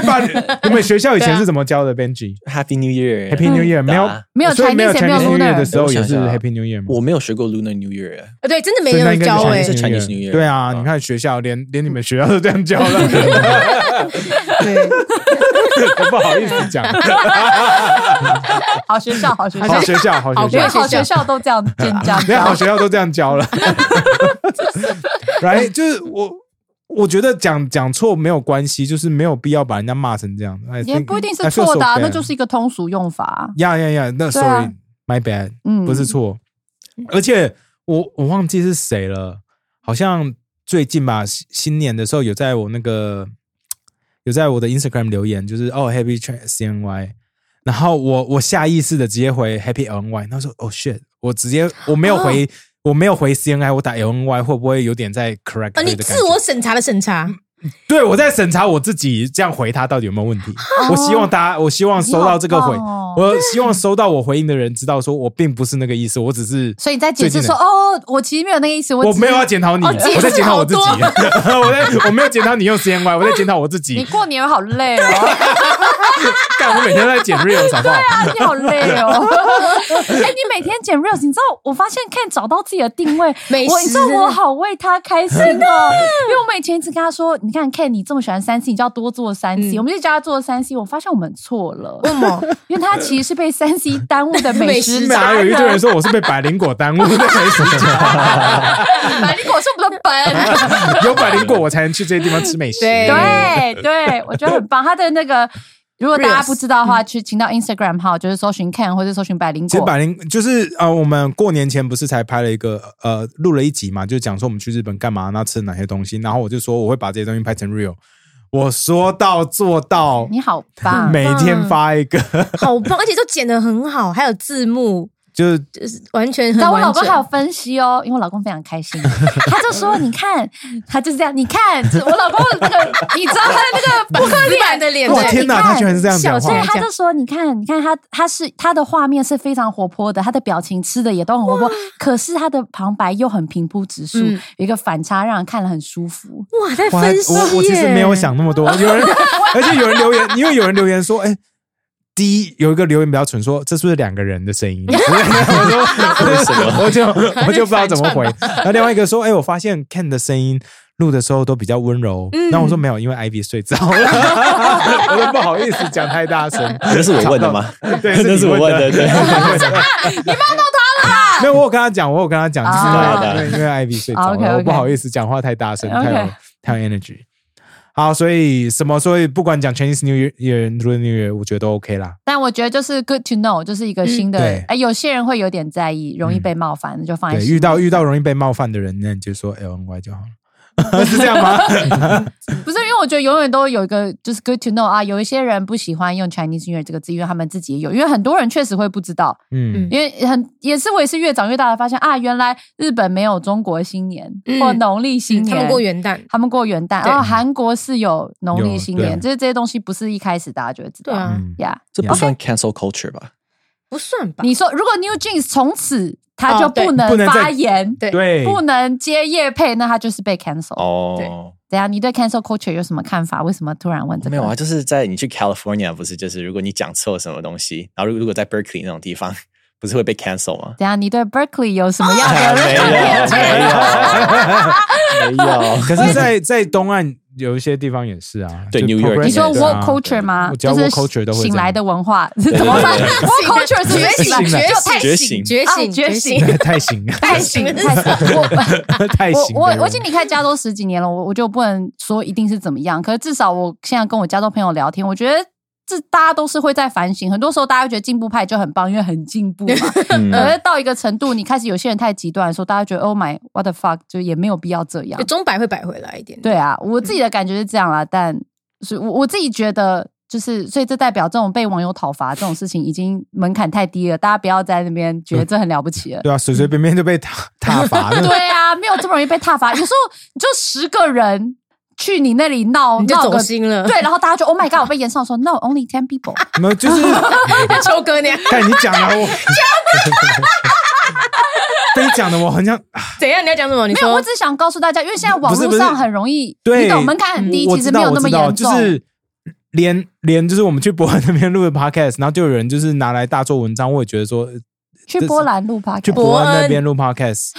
B: 湾 对 吧？你们学校以前是怎么教的？Benji
C: Happy New Year.
B: Happy New Year 没有
C: 嗯
A: 没有
B: 所以没有
A: Chinese 也没有
B: Chinese New Year
A: Lunar
B: 的时候
C: 我
B: 也
C: 想
B: 是
C: 想啊
B: Happy New Year 嘛。
C: 我没有学过 Lunar New Year，哎
D: 呃对，真的没
B: 所以那
D: 有
B: 应该
D: 教
B: 是
D: 哎、
C: 是 Chinese New Year
B: 对啊，你看学校连连你们学校都这样教 了，
D: 对，
B: 不好意思讲。
A: 好学校，好学
B: 好
A: 校，
B: 学校，好学
A: 连
B: 校，
D: 好，
A: 好学校都这样尖叫
B: 连好学校都这 样教了。来，就是我，我觉得讲讲错没有关系，就是没有必要把人家骂成这样。I
A: 也
B: think-
A: 不一定是
B: I feel
A: 错的啊，
B: so bad
A: 那就是一个通俗用法啊。
B: 呀呀呀，那
A: 对啊
B: sorry my bad，
A: 嗯
B: 不是错。而且我我忘记是谁了，好像最近吧，新新年的时候有在我那个有在我的 Instagram 留言，就是哦 Happy Chinese CNY，然后我我下意识的直接回 Happy LNY，那时候哦 shit，我直接我没有回、我没有回 CNI，我打 LNY 会不会有点在 correct？
D: 呃，
B: 你
D: 你自我审查的审查，
B: 对我在审查我自己，这样回他到底有没有问题？我希望大家，我希望收到这个回
A: 你好棒哦，
B: 我希望收到我回应的人知道，说我并不是那个意思，我只是
A: 所以你在解释说，
B: 最近的。
A: 哦，我其实没有那个意思，
B: 我
A: 只
B: 没有要检讨你，
D: 哦解释
B: 我在检讨我自己，
D: 好
B: 我在我没有检讨你用 C N Y，我在检讨我自
A: 你
B: 己。
A: 过年好累哦。
B: 干，我每天都在剪 reels 好不好？
A: 啊，你好累 哦！哎、你每天剪 reels，你知道我发现 Ken 找到自己的定位，
D: 美食
A: 我你知道我好为他开心哦，因为我们以前一直跟他说，你看 Ken 你这么喜欢三 C，你就要多做三 C，、
D: 嗯
A: 我们就叫他做三 C，我发现我们错了，
D: 为什么？
A: 因为他其实是被三 C 耽误的美食
D: 美食
A: 渣
B: 哪有一堆人
A: 人，
B: 说我是被百灵果耽误的美食 家？
A: 百灵果是我们的本。
B: 有百灵果我才能去这些地方吃美食。
D: 对
A: 对对，我觉得很棒。他的那个，如果大家不知道的
D: 嗯
A: 话，去请到 Instagram 号，就是搜寻 Ken 或者搜寻百灵
B: 其实
A: 果。
B: 百灵就是呃，我们过年前不是才拍了一个呃，录了一集嘛，就讲说我们去日本干嘛，那吃哪些东西，然后我就说我会把这些东西拍成 real，我说到做到，
A: 你好棒！
B: 每天发一个，
D: 好棒，而且都剪得很好，还有字幕，
B: 就是
D: 就是完全很
A: 但我
D: 完
A: 老公
D: 整
A: 还有分析哦，因为我老公非常开 心，他就说：“你看，他就是这样，你看我老公那 个，你知道他的那个不可
D: 死
A: 脸
D: 板的脸，
B: 哇
D: 对
B: 天哪，
A: 你看
B: 他居然是这样讲
D: 小
A: 对，
B: 话
D: 镇，
A: 他就说：“你看，你看他，他是他的画面是非常活泼的，他的表情吃的也都很活泼，可是他的旁白又很平铺直述，
D: 嗯
A: 有一个反差让人看了很舒服。
D: 哇，在
B: 哇，
D: 分析耶
B: 我我其实没有，想那么多，有 人而且有人留言，因为有人留言说，哎、第一有一个留言比较蠢，说这是不是两个人的 声音？我说
C: 什么
B: 我就我就不知道怎么回。然后另外一个说，哎、我发现 Ken 的声音录的时候都比较温柔。
D: 嗯
B: 然后我说没有，因为 Ivy 睡着 了，我都不好意思讲太大 声。
C: 那是我问的吗？
B: 对，
C: 那
B: 是
C: 是
B: 你
C: 我问
B: 的
C: 的，。对。
B: 没有，我有跟他讲，我有跟他讲，就是
A: 啊
B: 因为因为 Ivy 睡着
A: 哦 OK，OK
B: 了，我不好意思讲话太大声，
A: OK
B: 太有太有 energy。好，所以什么？所以不管讲 Chinese New Year、Lunar New Year，我觉得都 OK 啦。
A: 但我觉得就是 good to know，就是一个新的
B: 嗯对。
A: 哎、有些人会有点在意，容易
B: 嗯
A: 被冒犯，那就放在
B: 对，
A: 心
B: 遇
A: 里
B: 到遇到容易被冒犯的人，那你就说哎 L N Y 就好了， 是这样 吗？
A: 不是因为我觉得永远都有一个就是 good to know 啊，有一些人不喜欢用 Chinese New Year 这个字，因为他们自己也有，因为很多人确实会不知道，
B: 嗯
D: 嗯，
A: 因为很也是我也是越长越大的发现啊，原来日本没有中国新年、
D: 嗯
A: 或农历新年，
D: 他们过元旦，
A: 他们过元旦，
D: 对
A: 然后韩国是有农历新
B: 有
A: 年，
B: 对
A: 就是这些东西不是一开始大家就会知道
D: 对啊
B: 嗯
A: 呀。
C: 这不算 cancel culture 吧？
D: 不算吧？
A: 你说如果 New Jeans 从此他就
D: 哦对
A: 不能
B: 不能再
A: 发言，
D: 对
B: 对，
A: 不能接业配，那他就是被 cancel。
C: 哦，
A: 怎样？你对 cancel culture 有什么看法？为什么突然问这个？
C: 没有啊，就是在你去 California 不是，就是如果你讲错什么东西，然后如如果在 Berkeley 那种地方， 不是会被 cancel 吗？
A: 等一下，你对 Berkeley 有什么样
C: 啊
A: 的
C: 没有，没有，没 有。
B: 可是在，在东岸有一些地方也是啊，
C: 对
B: 就
C: New York
B: progressive
A: 你说
B: 对
A: woke
B: 啊
A: culture 吗？
B: 我
A: 就
B: 只要
A: 是
B: woke culture 都会
A: 醒
B: 这样
A: 来的文 化是怎么办
C: 对对
A: ？woke culture 是
D: 觉醒
A: 醒
D: 觉
A: 来的
D: 醒
C: 觉醒
D: 觉醒
A: 啊觉醒
B: 太行，
A: 太醒太 醒。我
B: 太行了。
A: 我我我已经离开加州十几年了，我我就不能说一定是怎么样，可是至少我现在跟我加州朋友聊天，我觉得。这大家都是会在反省，很多时候大家会觉得进步派就很棒，因为很进步 嘛。
C: 嗯
A: 可是到一个程度，你开始有些人太极端的时候，大家觉得 Oh my what the fuck，就也没有必要这样
D: 就。钟摆会摆回来一点。
A: 对啊，我自己的感觉是这样啦，但是我我自己觉得，就是所以这代表这种被网友讨伐这种事情已经门槛太低了，大家不要在那边觉得这很了不起了。
B: 对啊，随随便便就被踏踏伐 了。
A: 对啊，没有这么容易被踏伐。有时候你就十个人去你哦那里闹，
D: 你就
A: 闹
D: 走
A: 个
D: 心了
A: 对，然后大家就 Oh my God，我被延上说 No only ten people。
B: 没有，就是
D: 像秋哥 那样，
B: 看你讲了，我被你讲的我很想，
D: 怎样？你要讲什么？你
A: 没有，我
D: 说
A: 只想告诉大家，因为现在网
B: 不是
A: 络
B: 不是
A: 上很容易，
B: 对嗯
A: 你懂门槛很低，
B: 我
A: 其
B: 知
A: 实没
B: 道，
A: 有
B: 我
A: 那么
B: 知道，
A: 严
B: 就
A: 重。
B: 是连连就是我们去波兰那边录的 podcast，然后就有人就是拿来大做文章，我也觉得说
A: 去波兰录 p o
B: 去
D: 伯
B: 伯恩
D: 恩
B: 那边录 podcast，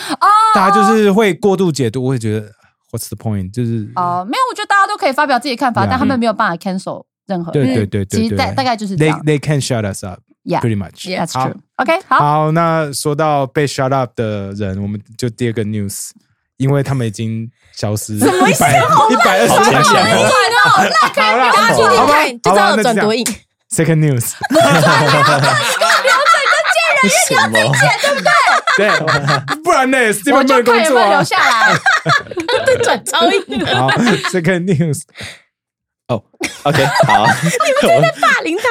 B: 大家
A: 哦
B: 就是会过度解读，我也觉得 What's the point？就是
A: 哦，没有，我觉得大家都可以发表自己的看法，
B: 对啊
A: 但他们没有办法 cancel 任何人。
B: 对对对对对，
A: 其实大大概就是这
B: they
A: 样。
B: they can shut us up
A: Yeah,
B: pretty much.
D: Yeah.
A: that's
B: 好
A: true. OK，好，
B: 好，那说到被 shut up 的人，我们就第二个 news，因为他们已经消失一百
A: 哦
B: 一百二
C: 好
B: 十
C: 牵强
B: 年
C: 哦
B: 了。 好了，
D: 大家听听
B: 好吧
D: 看，就知道
B: 好吧那
D: 有
B: 就这
D: 转
B: 样
D: 多硬。
B: Second news，
C: 什么？
B: 对，不然呢
A: 我
B: ，Steven
A: 就
B: 没
A: 看
B: 工
A: 有
B: 作
A: 没有
B: 啊
A: 留。下 来。
D: 转 超硬，
B: 好，Second news，
C: 哦，OK，好，
D: 霸凌他。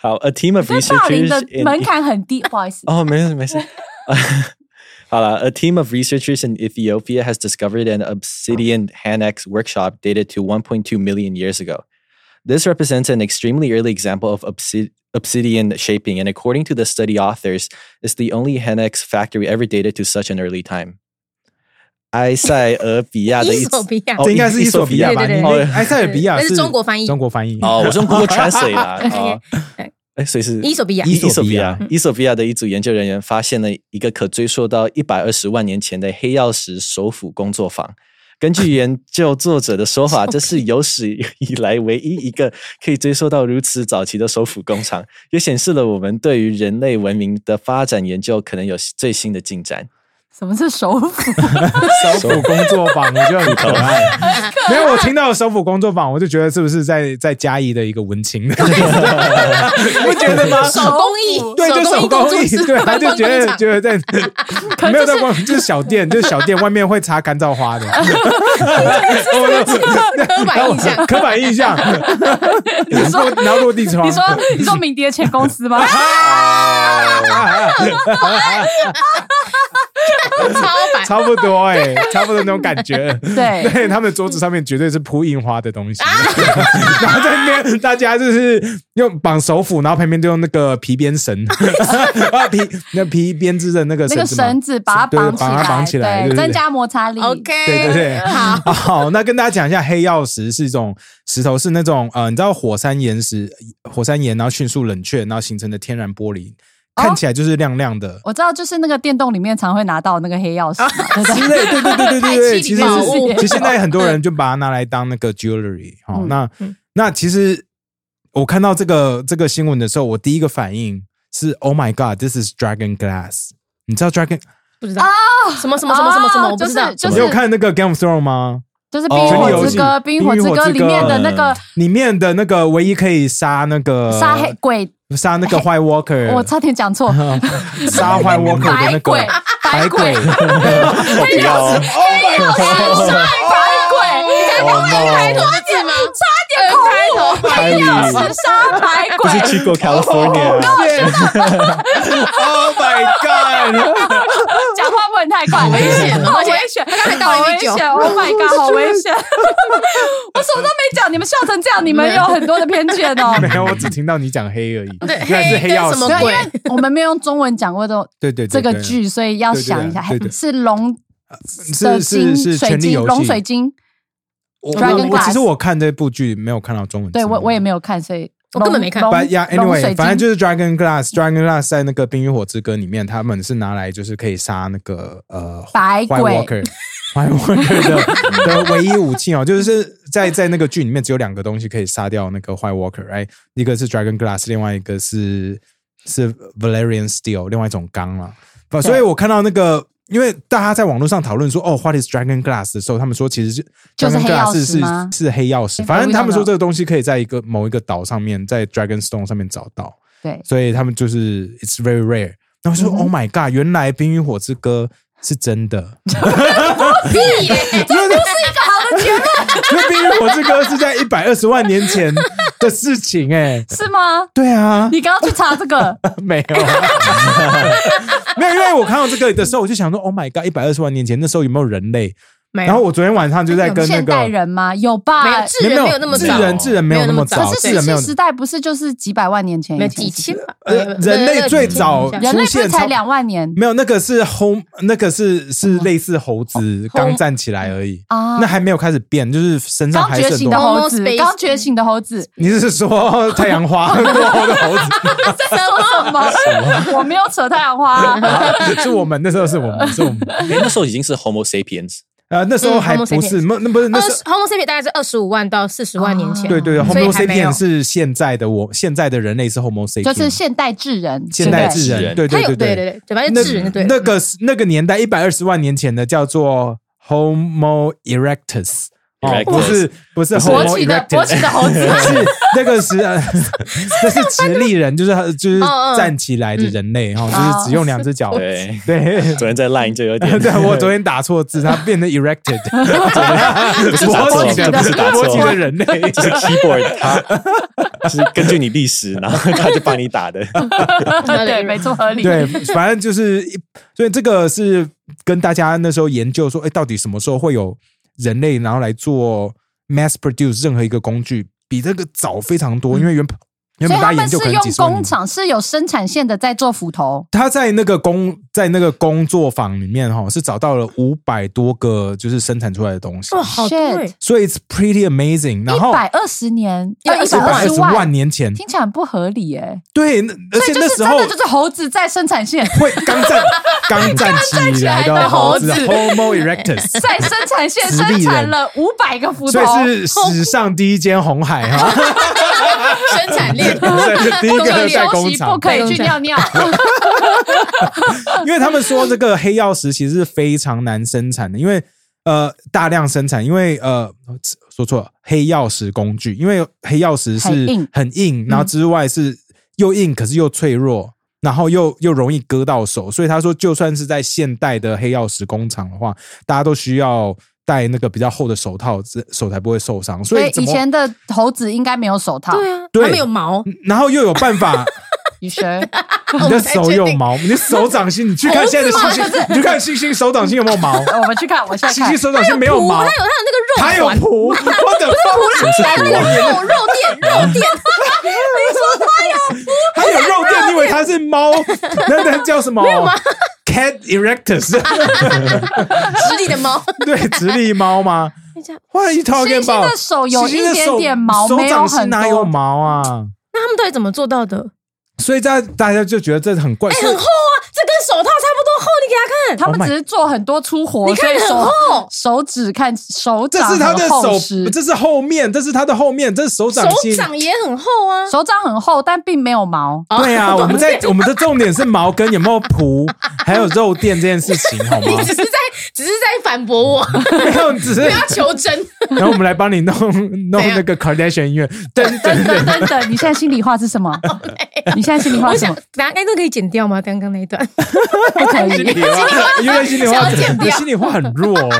C: 好，A team of
A: 这霸凌的
C: researchers in
A: 门槛很低，不好意
B: 哦
A: 思。
C: Oh, 没事没事。好了，A team of researchers in Ethiopia has discovered an obsidian Hanex workshop dated to 1.2 million years ago. This represents an extremely early example of obsid- obsidian shaping, and according to the study authors, it's the only Hanex factory ever dated to such an early time. 埃塞俄比亚的
D: 伊索比亚
C: 哦
B: 这应该是伊索比亚吧？
D: 对
B: 你
D: 对
C: 对
B: 那埃塞俄比亚
D: 那是中国翻译
B: 中国翻译。
C: 哦，我用 Oh, Google Translate Ah,
D: 哎
C: 啦。哦，哎，所以是
D: 伊索比亚
B: 伊
C: 伊
B: 索
C: 索
B: 比
C: 比
B: 亚
C: 亚，嗯伊索比亚的一组研究人员发现了一个可追溯到一百二十万年前的黑曜石首府工作坊。根据研究作者的说法， 这是有史以来唯一一个可以追溯到如此早期的首府工厂，也显示了我们对于人类文明的发展研究可能有最新的进展。
A: 什么是首 府？
B: 首府工作坊，我觉得很可爱。没有，我听到首府工作坊，我就觉得是不是在在嘉义的一个文青，不觉得吗？
D: 手工艺，
B: 对，就手工艺，对，他
D: 他
B: 就觉得觉得在没有在逛，就是小店，就是小店外面会插干燥花的，
D: 刻板印
B: 刻板印象。
D: 象。
A: 说
B: 落然后落地窗，
A: 你说你说敏迪的前公司 吗？
B: 啊
D: 超白，
B: 差不多 哎，差不多那种感觉。
A: 对
B: 对，他们桌子上面绝对是铺印花的
A: 啊
B: 东西， 然后在那边大家就是用绑手斧，然后旁边就用那个皮鞭绳， 啊皮那皮编织的那个
A: 那个
B: 绳子嘛
A: 绳子把它
B: 对
A: 绑起
B: 把它绑起来
A: 来，
B: 对对对
A: 增加摩擦力。
D: OK，
B: 对对对，
D: 好，
B: 好，那跟大家讲一下，黑曜石是一种石头，是那种呃，你知道火山岩石，火山岩然后迅速冷却，然后形成的天然玻璃，
A: 哦
B: 看起来就是亮亮的。
A: 我知道，就是那个电动里面常会拿到那个黑
B: 哦
A: 曜石嘛，对不对
B: 之类，对对 对对对对，
D: 太
B: 其
D: 气
B: 实
D: 里
A: 面
B: 是
A: 是也
B: 其实现在很多人就把它拿来当那个 jewelry 好，
A: 嗯
B: 那
D: 嗯
B: 那其实我看到这个这个新闻的时候，我第一个反应是 Oh my God，this is dragon glass。你知道 dragon？
D: 不知道什么什么什么什么什么，
A: 哦
D: 我不知道。
A: 就是
B: 你有看那个 Game of Thrones 吗？
A: 就是《
C: 哦
A: 冰与
C: 权力
A: 火
C: 游
A: 之
C: 戏
A: 歌》《冰与火之
B: 冰与
A: 歌
B: 火》之
A: 里面的
C: 歌
A: 那个
B: 里面的那个唯一可以杀那个
A: 杀黑鬼，
B: 杀那个坏 Walker，
A: 我差点讲 错，
B: 杀坏 Walker 的那
A: 白鬼
B: 个白鬼，
C: 我不要哦，
A: 白鬼，
C: 哦 no，
A: 字吗？差
C: 白
A: 点
C: 米
A: 口误，要吃杀白
C: 不
A: 鬼
C: 是。去过 California，
B: Oh my God！
A: 讲话不能太快，好危
D: 险哦
A: 好
D: 而且
A: 危险！
D: 他刚才倒了一杯酒
A: 好危险，Oh my god，好危险！我什么都没讲，你们笑成这样，你们有很多的偏见哦。
B: 没有，我只听到你讲黑而已，
D: 对
B: 原来是
D: 黑
B: 黑曜
D: 跟什
B: 石
D: 么。
A: 对，因
D: 鬼
A: 为我们没有用中文讲过的
B: 对对，
A: 这个
B: 对对
A: 剧，所以要想一下
B: 对对，对
A: 是龙的
B: 是
A: 精
B: 是是
A: 水
B: 权力
A: 晶
B: 游
A: 龙
B: 戏
A: 水。晶，
B: 我
A: Dragon
B: 我我其
A: Glass
B: 实我看这部剧没有看到中文字
A: 对
B: 幕，
A: 我我也没有看，所以
D: 我根本没看
A: 龙
B: But yeah,
A: 龙水
B: anyway，
A: 晶
B: 反正就是 Dragon Glass，Dragon Glass 在那个《冰与火之歌》里面，他们是拿来就是可以杀那个呃
A: 白鬼
B: White Walker。White Walker 的的唯一武器哦，就是在在那个剧里面只有两个东西可以杀掉那个 White Walker，right？一个是 Dragon Glass，另外一个是是 Valerian Steel，另外一种钢了。不所以我看到那个，因为大家在网络上讨论说，哦，What is Dragon Glass 的时候，他们说其实是
A: 就是
B: Dragon
A: 黑曜
B: Glass
A: 石
B: 是是
A: 吗
B: 是黑曜石，
A: 哎
B: 反正他
A: 我
B: 们
A: 不知道
B: 说这个东西可以在一个某一个岛上面，在 Dragon Stone 上面找到，
A: 对，
B: 所以他们就是 It's very rare。然后说、Oh my God，原来《冰与火之歌》是真的，
D: 屁耶！
B: 因为不是一个好啊的结论。因为《冰与火之歌》是在一百二十万年前的事情、哎，
A: 是吗？
B: 对啊，
A: 你刚刚去查这个，
B: 没有，啊 没有，因为我看到这个的时候，我就想说，Oh my god，一百二十万年前那时候有没有人类？
D: 没
B: 然后我昨天晚上就在 跟那
A: 现代
B: 个
A: 人吗？有吧？
D: 没有智人没有那么
B: 智
D: 早
B: 人智人没有那么早，哦
A: 可是
B: 智
A: 石
B: 人没有
A: 器时代不是就是几百万年前
D: 没有
A: 以前
D: 几
A: 的事情
D: 千吧，
B: 呃
D: 呃
B: 人类最早
A: 人类不
B: 出
A: 是
B: 现
A: 才
B: 超
A: 两万年
B: 没有那个是猴，那个是是
D: 哦
B: 类似猴子刚站起来而已，
A: 啊？
B: 那还没有开始变，就是身上
A: 刚
B: 还
A: 觉
B: 是很
A: 醒的
B: 多。
A: 猴子，
D: Homo space
A: 刚觉醒的猴子，
B: 你是 说太阳花落后的猴子？
A: 在说什么？ 我没有扯太阳花啊、
B: 是我们那时候是我们是我们
C: 哎那时候已经是 Homo sapiens，
B: 呃那时候
D: 嗯
B: 还
D: Homo
B: 不是那那不是那
D: 二
B: 时候
D: 十 Homo sapien 大概是二十五万到四十万年前，
B: 对对对
D: 所以
B: ，Homo
D: 还没有
B: sapien 是现在的我，现在的人类是 Homo sapien，
A: 就是现代智人，
B: 现
A: 对
B: 代
A: 不对
B: 智人，对
C: 对
D: 他有
B: 对对。
D: 对对对，反
B: 那
D: 正智人就对了。
B: 那个是那个年代一百二十万年前的叫做 Homo erectus，哦，
C: Erectus
B: 不是不是
A: 勃
B: Homo
A: 起的勃起
B: erectus，
A: 的猴 子，
B: 是那个是呃 那是直立人，就是就是
A: 嗯
D: 哦哦
B: 站起来的人类哈，哦就是只用两只脚，
C: 对，
B: 对。
C: 昨天在 Line 就有点，
B: 对，我昨天打错字，它变成 erected，
C: 错
B: 勃起的
A: 不是
C: 打错
B: 勃起的 人类
C: 就是 keyboard 它就是根据你历史，然后它就帮你打 的。
B: 哎
A: 对，没错，合理。
B: 对，反正就是一，所以这个是跟大家那时候研究说，哎，到底什么时候会有人类然后来做 mass produce 任何一个工具，比这个早非常多，因为原本原
A: 所
B: 本
A: 以
B: 大
A: 他
B: 家
A: 们
B: 研究可
A: 是
B: 能
A: 用
B: 几十万
A: 工
B: 年。
A: 厂是有生产线的，在做斧头，
B: 他在那个工在那个工作坊里面哈、是找到了五百多个就是生产出来的东西
D: 哇，，好多欸
A: Shit
B: 所以 it's pretty amazing。然
A: 一
B: 后
A: 百二十年，
D: 要
A: 一
B: 一百二
A: 二
B: 十
A: 十
B: 万，年前，
A: 听起来很不合理耶。
B: 对，那而且
A: 就
B: 那
A: 是
B: 时
A: 真
B: 候
A: 的就是猴子在生产线，
B: 会刚站刚站起来的猴子
A: 刚站起来的
B: Homo erectus。
A: 在生产线
B: 直
A: 生
B: 立
A: 产
B: 人
A: 了五百个哦斧头
B: 所，以是史上第一间红海哈，
D: 生产 链
B: 对，第一
A: 不可
B: 个
A: 以
B: 在
A: 休
B: 工
A: 息，不
B: 厂，
A: 可以去尿 尿。
B: 因为他们说这个黑曜石其实是非常难生产的，因为呃大量生产，因为呃说错了，黑曜石工具，因为黑曜石是
A: 很硬
B: 很硬，然后之外是又硬，可是又脆弱。然后又又容易割到手，所以他说，就算是在现代的黑曜石工厂的话，大家都需要戴那个比较厚的手套，这手才不会受伤。所
A: 所以
B: 以怎
A: 以
B: 么
A: 前的猴子应该没有手套。
D: 对啊，
B: 对
D: 他们有毛，
B: 然后又有办 法
A: 你学呃
B: 你的手有毛，你的手掌心，你去看现在的星星，你去看星星手掌心有没有毛？
A: 我们去看，我现在
B: 星
A: 看
B: 星。手掌心没有毛
D: 它，有它
B: 它
D: 有
B: 有
D: 那个肉
B: 蹼，我的
C: 什么是
D: 环，
C: 图啊？
D: 那个肉肉垫肉垫，
B: 它有肉垫，你以为它是 猫？那那叫什么？Cat erectus，
D: 直立的毛，
B: 对，直立猫吗？What are you
A: 星星
B: talking about？
A: 的手有
B: 星星
A: 一
B: 的
A: 点
B: 手
A: 点毛，
B: 手
A: 没有
B: 掌心
A: 很
B: 哪有
A: 多。
B: 毛啊？
D: 那他们到底怎么做到的？
B: 所以大家大家就觉得这很怪，
D: 哎，很厚啊，这跟手套差不多厚，你给 他看，
A: 他
B: Oh
A: 们
B: my-
A: 只是做很多粗活，
D: 你
A: 所
D: 看
A: 以
D: 很
A: 手
D: 厚，
A: 手指看手
B: 这
A: 掌
B: 是他的
A: 很厚
B: 手
A: 实，
B: 这是后面，这是他的后面，这是手掌心
D: 手。掌哦也很厚啊。
A: 手掌很厚，但并没有毛。
B: 啊对啊，我们在我们的重点是毛根有没有蹼，还有肉垫这件事情，好吗
D: 你？只是在只是在反驳 我，
B: 没有，只是
D: 不要求真。
B: 然后我们来帮你弄弄
D: 怎样
B: 那个 Kardashian 音乐，噔噔
A: 等
B: 噔，
A: 等等，你现在心里话是 什么？你现在心里话
D: 我
A: 是什
D: 想
A: 么？，
D: 大家那段可以剪掉吗？刚刚那一 段，
A: 不可
B: 心
A: 以
B: 里话，因为心里 话，
D: 想要剪掉
B: 你心里话很弱哎，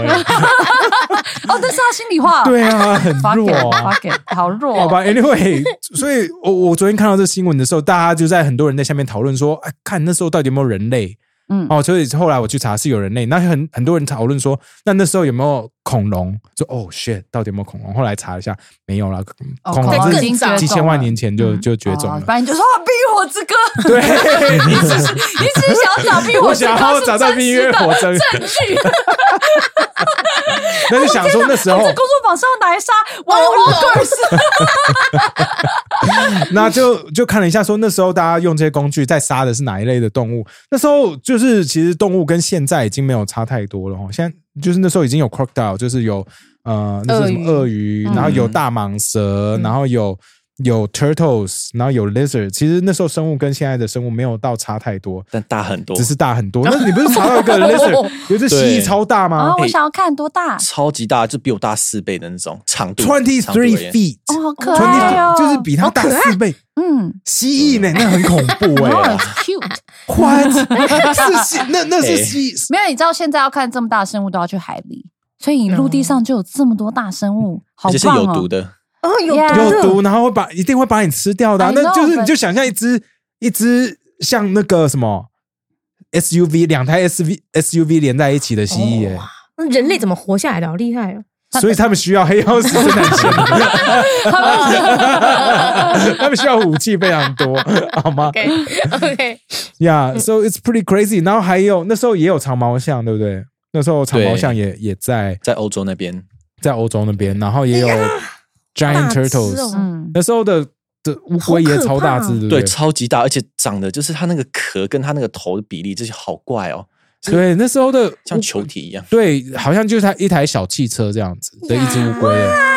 A: 哦，这是他心里话。
B: 对啊，很
A: Fuck
B: 弱
A: it，
B: 啊。
A: ，fuck it，好弱。哦
B: 好吧，Anyway，所以我我昨天看到这新闻的时候，大家就在很多人在下面讨论说，哎，看那时候到底有没有人类？
A: 嗯
B: 哦，所以后来我去查是有人类，那很很多人讨论说，那那时候有没有恐龙？说哦 shit，到底有没有恐龙？后来查一下，没有啦，
A: 哦，
B: 恐
A: 恐
B: 龙
A: 龙已
B: 是
A: 经绝
B: 几千
A: 种
B: 万
A: 了
B: 年前就就绝种
A: 哦
B: 了。
A: 不然你就说啊冰与火之歌，
B: 对，
A: 你只是 你只是想要找冰与火
B: 我
A: 之歌
B: 想要找到
A: 是真
B: 冰
A: 实
B: 月
A: 的
B: 火真，
A: 证据。
B: 那就想说那时
A: 在
B: 候
A: 工，作坊上拿来杀
D: 哦
A: 我哦我狗 是
B: 那就就看了一下，说那时候大家用这些工具在杀的是哪一类的动物？那时候就是其实动物跟现在已经没有差太多了哦，现在就是那时候已经有 crocodile，就是有呃那时候什么鳄
D: 鳄
B: 鱼，
A: 嗯
B: 然后有大蟒蛇，
D: 嗯
B: 然后有。有 turtles，然后有 lizard，其实那时候生物跟现在的生物没有到差太多，
C: 但大很多，
B: 只是大 很多。那你不是查到一个 lizard 有一只蜥
C: 对
B: 蜴超大吗
A: 啊，我想要看多大哦
C: 超级大，就比我大四倍的那种长度
B: ？Twenty
C: 长度而
B: three
C: 言
B: feet，
A: 哦，好可
B: t w
A: 爱哦，
B: 就是比它大四倍。
A: 嗯，
B: 蜥蜴呢？那很恐 怖哎、
A: 哦
B: 欸
A: ，cute。
B: ！What？是蜥？那那是蜥？
A: 没有，你知道现在要看这么大的生物都要去海里，所以你陆地上就有这么多大生 物，好
C: 而且是
A: 棒
C: 有毒
A: 哦！
C: 的，
D: 哦，有
A: Yeah
B: 有毒，然后会把一定会把你吃掉的啊、
A: I know，
B: 那就是
A: but-
B: 你就想象一只一只像那个什么 SUV 两台 SUV SUV 连在一起的蜥蜴、
A: 哦
B: 欸，
D: 那人类怎么活下来的？好厉害哦！
B: 所以他们需要黑曜石生产 线，
A: 他 们
B: 他们需要武器非常多， 好吗
D: OK OK，
B: ？Yeah，so it's pretty crazy。然后还有那时候也有长毛象，对不对？那时候长毛
C: 对
B: 象也也在。
C: 在欧洲那边，
B: 在欧洲那边，然后也有 giant
D: 哎大只
B: turtles，、
D: 哦
A: 嗯，
B: 那时候的的乌龟也超大只，
D: 好可怕哦
B: 对不
C: 对，
B: 对？
C: 超级大，而且长得就是它那个壳跟它那个头的比例，这些好怪哦，
B: 对，那时候的
A: 嗯
C: 像球体一样。
B: 对，好像就是它一台小汽车这样子的一只乌龟。啊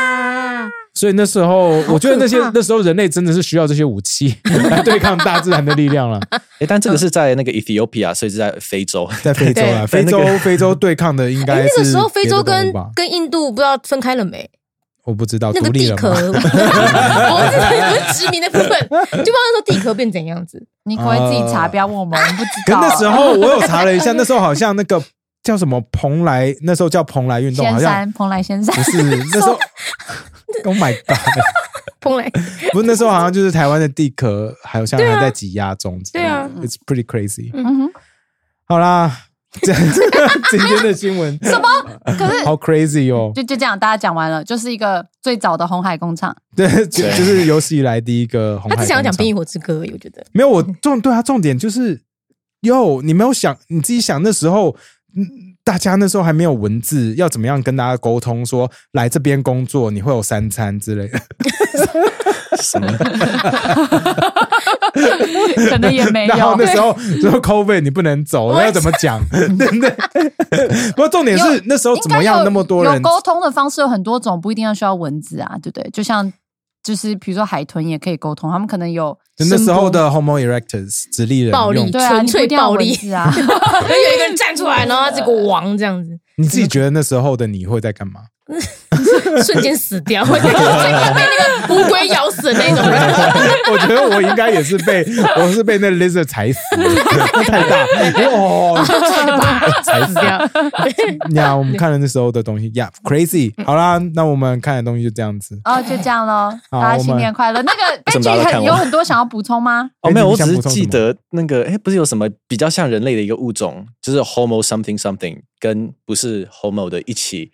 D: 哇，
B: 所以那时候，我觉得那些
D: 好可怕
B: 那时候人类真的是需要这些武器 来对抗大自然的力量了，
C: 哎，但这个是在那个 Ethiopia，所以是在非洲。
B: 在非洲啊，
D: 对
B: 非洲
C: 在那个
B: 非洲对抗的应该
D: 哎
B: 是，
D: 那个时候非洲跟
B: 吧，
D: 跟印度不知道分开了没？
B: 我不知道
D: 那
B: 独
D: 个
B: 立
D: 地
B: 了
D: 壳，
B: 吗
D: 不？是不是殖民的部分，就不知道那时候地壳变怎样子。
A: 你可不可以自己查，不要问我们，我们不知
B: 呃可
A: 道。
B: 那时候 我有查了一下，那时候好像那个叫什么蓬莱，那时候叫蓬莱运动，好
A: 仙
B: 像
A: 山，蓬莱仙山
B: 不， 是那时候 ，Oh my god！
D: 蓬莱，
B: 不是那时候好像就是台湾的地壳，还有像
D: 对啊
B: 还在挤压中之类的，
D: 对啊
B: ，It's pretty crazy。
A: 嗯哼，
B: 好啦，这 今天的新 闻
A: 什么？可是
B: 好 crazy 哦，
A: 就就这样，大家讲完了，就是一个最早的红海工厂，
B: 对，就就是有史以来第一个红海
D: 他只想要讲《
B: 工厂
D: 冰与火之歌》而已，我觉 得
B: 没有我重对啊，重点就是哟，你没有想你自己想那时候，嗯，大家那时候还没有文字，要怎么样跟大家沟通说来这边工作你会有三餐之类的，
C: 什么？
A: 可能也没
B: 然后
A: 有
B: 那。时候说 COVID 你不能走，
D: 我也
B: 要怎么讲？ 对不对？ 不过重点
A: 有
B: 是那时候怎么
A: 应该
B: 样
A: 有
B: 那么多人
A: 有沟通的方式有很多种，不一定要需要文字啊，对不对？就像就是比如说海豚也可以沟通，他们可能有
B: 就那时
A: 声波
B: 候的 Homo erectus 直立人
D: 暴力
B: 用
A: 对啊，你
D: 纯
A: 不一
D: 粹
A: 定要
D: 暴
A: 文
D: 力
A: 字啊。
D: 有一个人站出来，然后他这个王这样子，
B: 你自己觉得那时候的你会在干嘛？
D: 瞬间死掉， 被那个乌龟咬死的那种人。
B: 我觉得我应该也是被我是被那 lizard 踩死的，太大 哦！
D: 踩死掉。
B: 呀，我们看了那时候的东西呀，crazy。好啦，那我们看的东西就这样子。
A: 哦，就这样喽，
B: 好
A: 大家
B: 我
A: 新
B: 们
A: 年快乐！那个
C: 为什
A: b e
C: 么大家
A: n
C: 看
A: 很
C: 我
A: 有很多想要补充吗？
C: 哦，没
B: 哎
C: 有，
B: 你
C: 我
B: 想
C: 只
B: 补
C: 是
B: 充
C: 记
B: 什么
C: 得那个，哎，不是有什么比较像人类的一个物种，就是 Homo something something，跟不是 Homo 的一起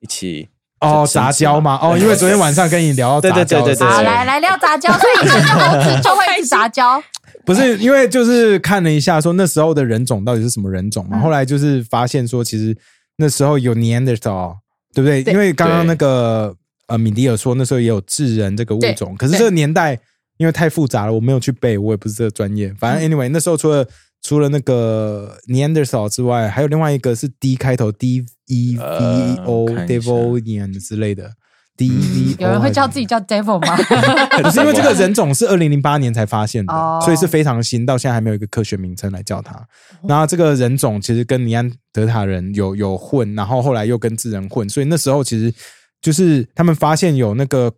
C: 一起
B: 哦，
C: 是
B: 杂交嘛，哦，因为昨天晚上跟你聊到
C: 对
B: 杂
C: 对
B: 交的
C: 对
B: 事情，
C: 对
A: 好，
C: 对
A: 来来聊杂交，所以以前的猴子就会一直杂交，
B: 不是因为就是看了一下，说那时候的人种到底是什么人种嘛？
A: 嗯
B: 后来就是发现说，其实那时候有 Neanderthal，对不对？
D: 对
B: 因为刚刚那个呃米迪尔说那时候也有智人这个物种，可是这个年代因为太复杂了，我没有去背，我也不是这个专业。
A: 嗯
B: 反正 anyway，那时候除了除了那个 Neanderthal 之外，还有另外一个是 D 开头 D E V
C: 呃
B: O
C: 看一下
B: Devonian 之类的。 D V，
A: 嗯有人会叫自己叫 devil 吗？
B: 哎不是因为这个人种是二零零八年才发现的，
A: 哦
B: 所以是非常新，到现在还没有一个科学名称来叫它。然后这个人种其实跟尼安德塔人有有混，然后后来又跟智人混，所以那时候其实就是他们发现有那个，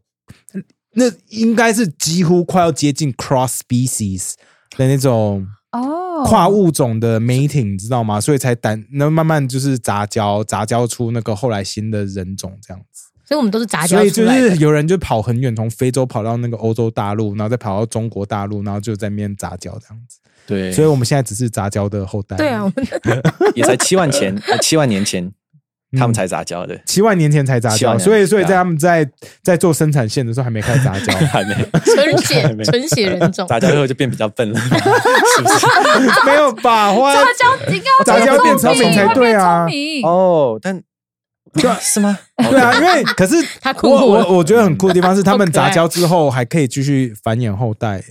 B: 那应该是几乎快要接近 cross species 的那种。
A: 哦，
B: 跨物种的媒体，你知道吗？所以才胆能慢慢就是杂交，杂交出那个后来新的人种这样子。
D: 所以我们都是杂交
B: 所以
D: 出
B: 就
D: 来的。
B: 是有人就跑很远，从非洲跑到那个欧洲大陆，然后再跑到中国大陆，然后就在那边杂交这样子。
C: 对，
B: 所以我们现在只是杂交的后代。
D: 对啊，我，们
C: 也才七万前，呃七万年前
B: 嗯
C: 他们才杂交的，
B: 七万年前才杂
C: 七万
B: 交，
C: 年
B: 所以所以在
C: 对啊
B: 他们在在做生产线的时候还没开始杂 交。
C: 还没
D: 纯
C: 还
D: 血
C: 没
D: 纯血人种，
C: 杂交以后就变比较 笨了，是不是？
B: 没有吧？花
A: 杂交应该要
B: 杂
A: 变
B: 交变聪
A: 明
B: 明才 对啊
A: 会变聪明
C: 哦，但是吗？哦
B: 对啊，因 为可是
D: 他困惑
B: 我我我觉得很酷的地方是，他
D: 好
B: 们
D: 可爱
B: 杂交之后还可以继续繁衍后代。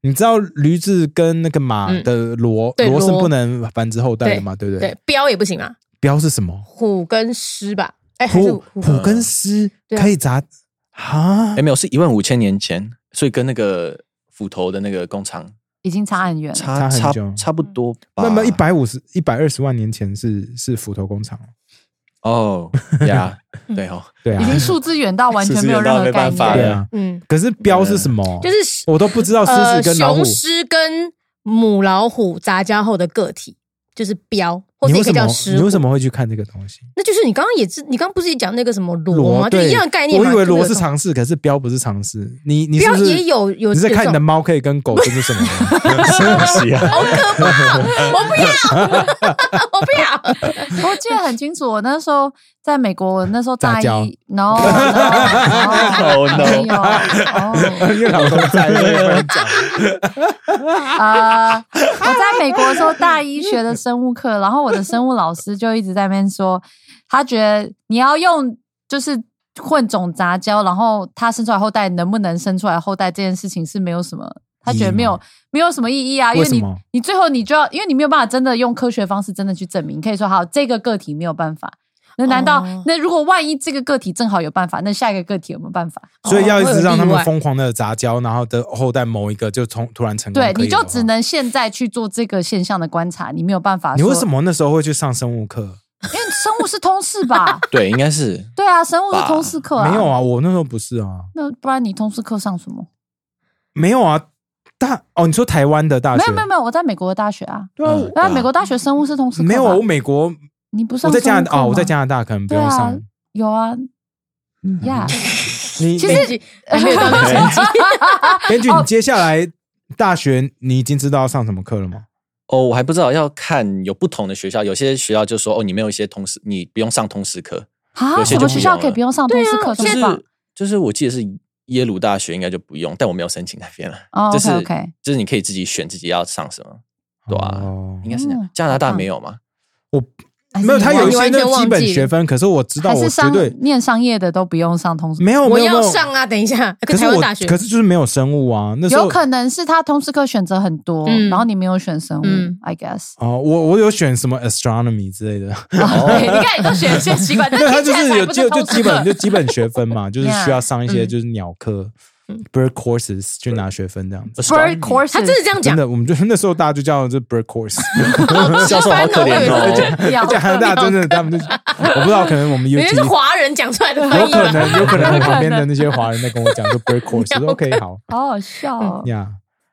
B: 你知道驴子跟那个马
D: 嗯
B: 的骡
D: 对
B: 骡是
D: 骡
B: 不能繁殖后代的嘛？对不对
D: 对？标也不行啊，
B: 标是什么？
D: 虎跟狮吧，哎，还是
B: 虎
D: 虎
B: 虎跟狮
D: 对啊
B: 可以杂啊
C: 哎，？没有，是一万五千年前，所以跟那个斧头的那个工厂
A: 已经差很远了。
C: 差
B: 差很
C: 差
B: 久嗯
C: 差不多吧？
B: 那么一百五十一百二十万年前是是斧头工厂，
C: 哦呀，对哦，
B: 对啊
A: 已，经数字远到完全没有任何概
C: 数字远到没办法
B: 对
A: 念。
C: 了
B: 啊。
D: 嗯，
B: 可是标是什么？
D: 就是
B: 我都不知道哦狮
D: 呃
B: 子跟老虎
D: 雄。狮跟母老虎杂交后的个体就是标，或
B: 你
D: 者
B: 为
D: 也可
B: 什
D: 以
B: 么
D: 叫
B: 你
D: 狮
B: 为
D: 虎。
B: 什么会去看这个东西？
D: 那就是你刚刚也是，你刚刚不是也讲那个什么螺
B: 螺
D: 吗？就
B: 对
D: 一样的概念
B: 我
D: 嘛。
B: 以为
D: 就
B: 螺是
D: 这种
B: 常识，可是标不是常识。你你是
D: 标
B: 不是
D: 也有有
B: 你在看你
D: 有
B: 的
D: 这种
B: 猫可以 跟狗这是什么？
C: 什么东西啊？
D: 好可怕，我不要， 我不要。
A: 我记得很清楚，我那时候在美国，我那时候大
B: 杂
A: 一
B: 交
A: ，no，no，no，没
C: Oh, no.
A: 有哦，
B: 因为老公在，所以不能讲。
D: 哦
A: 啊、我在美国的时候大一学的生物课，然后我的生物老师就一直在那边说，他觉得你要用就是混种杂交，然后他生出来后代能不能生出来后代这件事情是没有什么。他觉得没
B: 意义
A: 有没有什么意义啊，因
B: 为
A: 你
B: 什么
A: 你最后你就要，因为你没有办法真的用科学方式真的去证明，你可以说好这个个体没有办法。那难道、
D: 哦
A: 那如果万一这个个体正好有办法，那下一个个体有没有办法？
B: 所以要一
D: 哦
B: 直让他
D: 会有例
B: 们
D: 外
B: 疯狂的杂交，然后的后代某一个就从突然成功。
A: 对，
B: 可以
A: 你
B: 的
A: 就
B: 话
A: 只。能现在去做这个现象的观察，你没有办法。
B: 你为什？么那时候会去上生物课？
A: 因为生物是通识吧？
C: 对，应该是
A: 对啊，生物是通识课啊。
B: 没有。啊，我那时候不是啊，
A: 那不然你通识课上什么？
B: 没有啊。大哦，你说台湾的大
A: 没
B: 学
A: 有没有没有，我在美国的大学啊。
B: 对啊
C: 嗯
A: 对啊，美国大学生物是通识课吧。
B: 没有啊？我美国
A: 你不上
B: 我在加拿
A: 生物课
B: 大哦，我在
A: 吗
B: 加拿大可能不
A: 对
B: 用
A: 啊
B: 上。，
A: 有啊。Yeah，
B: 嗯你
A: 其
B: 你
A: 实哦
D: 还哦没有到那
B: 哎
D: 个层级，
B: 根据你接下来大学，你已经知道要上什么课了吗？
C: 哦，我还不知道，要看有不同的学校，有些学校就说哦，你没有一些通识，你不用上通识课，
A: 啊，
C: 有
A: 什
C: 些就
A: 么
C: 不
A: 学
C: 用
A: 校可以
C: 了
A: 不用上通
D: 对
A: 识
D: 啊
A: 课？
C: 就
A: 这么棒
C: 是就是我记得是耶鲁大学应该就不用，但我没有申请那边了，
A: 哦
C: 就是
A: OK，OK
C: 就是你可以自己选自己要上什么，对啊，
B: 哦
C: 应该是那样。
A: 嗯
C: 加拿大
A: 好棒
C: 没有吗？
A: 还是
B: 没有，
A: 你
B: 他有
A: 忘
B: 一
A: 记
B: 些
D: 你完
B: 那
D: 全
B: 基
D: 忘
B: 本
D: 记
B: 学分，可是我知道
A: 还
B: 我
A: 是
B: 绝
A: 商
B: 对
A: 念商业的都不用上通识，
B: 没有，
D: 我
B: 没有
D: 要
B: 没有
D: 上啊！等一下，
B: 可是
D: 台湾
B: 我
D: 大学，
B: 可是就是没有生物啊，那时候
A: 有可能是他通识课选择很多，
D: 嗯
A: 然后你没有选生物
D: 嗯
A: ，I guess。
B: 哦，我我有选什么 astronomy 之类的，
D: 哦
A: 对你看你都选一些奇 怪，但
B: 因为它
A: 听起
B: 哦啊就
A: 来
B: 是
A: 才
B: 有
A: 不
B: 就就
A: 通识
B: 基
A: 课
B: 本就基本学 分嘛，就是
A: Yeah，嗯
B: 需要上一些
D: 嗯
B: 就是鸟课 bird courses 去拿学分这样子。
A: bird course，
D: 他真的这样
B: 真
D: 讲，
B: 的，我们就 那时候大家就叫这 bird course，
C: 教授好可
D: 我以
C: 怜
D: 为
C: 哦
D: 是。
A: 要
B: 加拿大真的他们就我不知道，可能我们 U
D: 人
B: T
D: 家是华人讲出来的翻
B: 有
D: 译
B: 可
D: 吧。
B: 能有可能我旁边
A: 有可
B: 的
A: 能
B: 那些华人在跟我讲说 bird course，我 说 OK 好
A: 好好笑哦。
B: 呀，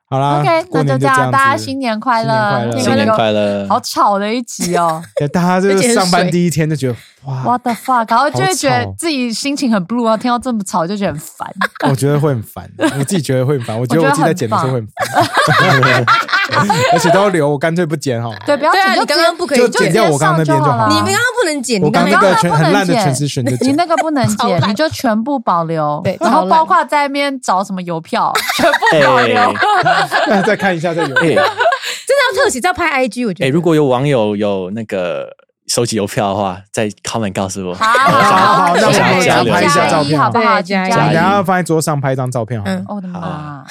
B: 好啦
A: OK，
B: 嗯过
A: 那
B: 年
A: 就这
B: 就这样
A: 样，
B: 子，
A: 大家新年快乐，
B: 新年快乐
C: 新年快 乐！
A: 好吵的一集哦
B: 大家就
D: 而且
B: 是
D: 很
B: 上班
D: 水
B: 第一天就觉得哇，
A: ，What the fuck，然后就会觉
B: 好
A: 得
B: 吵
A: 自己心情很 blue，然后听到这么吵就觉得很 烦。
B: 我觉得会很烦，我自己觉得会很烦，我觉得
A: 我觉得
B: 我自己在
A: 很
B: 剪的时候
A: 棒
B: 会很烦， 而且都要留，我干脆不剪好了。
A: 对，不要
D: 对
A: 剪，
D: 啊，你
A: 就
D: 刚
A: 直
D: 刚
A: 接
D: 不可以
B: 就
D: 剪，
B: 剪掉我刚刚那边就好
A: 了
B: 了
D: 你们刚刚不能剪，
B: 我
D: 你刚
B: 刚
D: 刚
B: 那个
A: 刚
B: 全
A: 不能
B: 很烂的
A: 剪
B: 全是选就
A: 你
B: 剪，
A: 那个不能
D: 超
A: 剪，
D: 烂
A: 你就全部保留。
D: 对
A: 然
D: 超
A: 后
D: 烂
A: 包括在那边找什么邮 票，全部保
C: 哎
A: 留。
B: 再看一下再有。
C: 哎
D: 真的要特写，这要拍 IG，我觉
C: 哎，
D: 得。
C: 如果有网友有那个收集邮票的话，再 comment 告诉我。
A: 好
B: 好好那我
C: 们
A: 加
C: 加一下照
A: 一
B: 片
A: 好不好？
D: 对加一
B: 我
A: 加
B: 等一
A: 一
B: 下要放在桌上拍一张照片好了
D: 嗯。
A: 我的妈！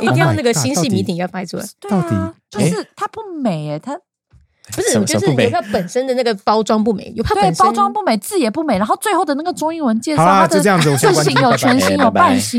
D: 一定
B: Oh
D: 要
B: my
D: 那个
B: God，
D: 星
B: 到
D: 系
B: 底
D: 谜底要拍出来。
A: 对
B: 到
A: 啊
B: 底
A: 就是它不美诶，它
D: 不是
C: 什，么
D: 就
C: 什
D: 是
C: 么不
D: 邮
C: 美
D: 票本身的那个包装不美，邮票
A: 对
D: 本，身
A: 包装不美，字也不美，然后最后的那个中英文介绍，
B: 好啦
A: 它的
B: 就这样子我先
A: 字
B: 关机
A: 形有
B: 拜拜
A: 全形
C: 拜
A: 有
C: 拜
A: 半形。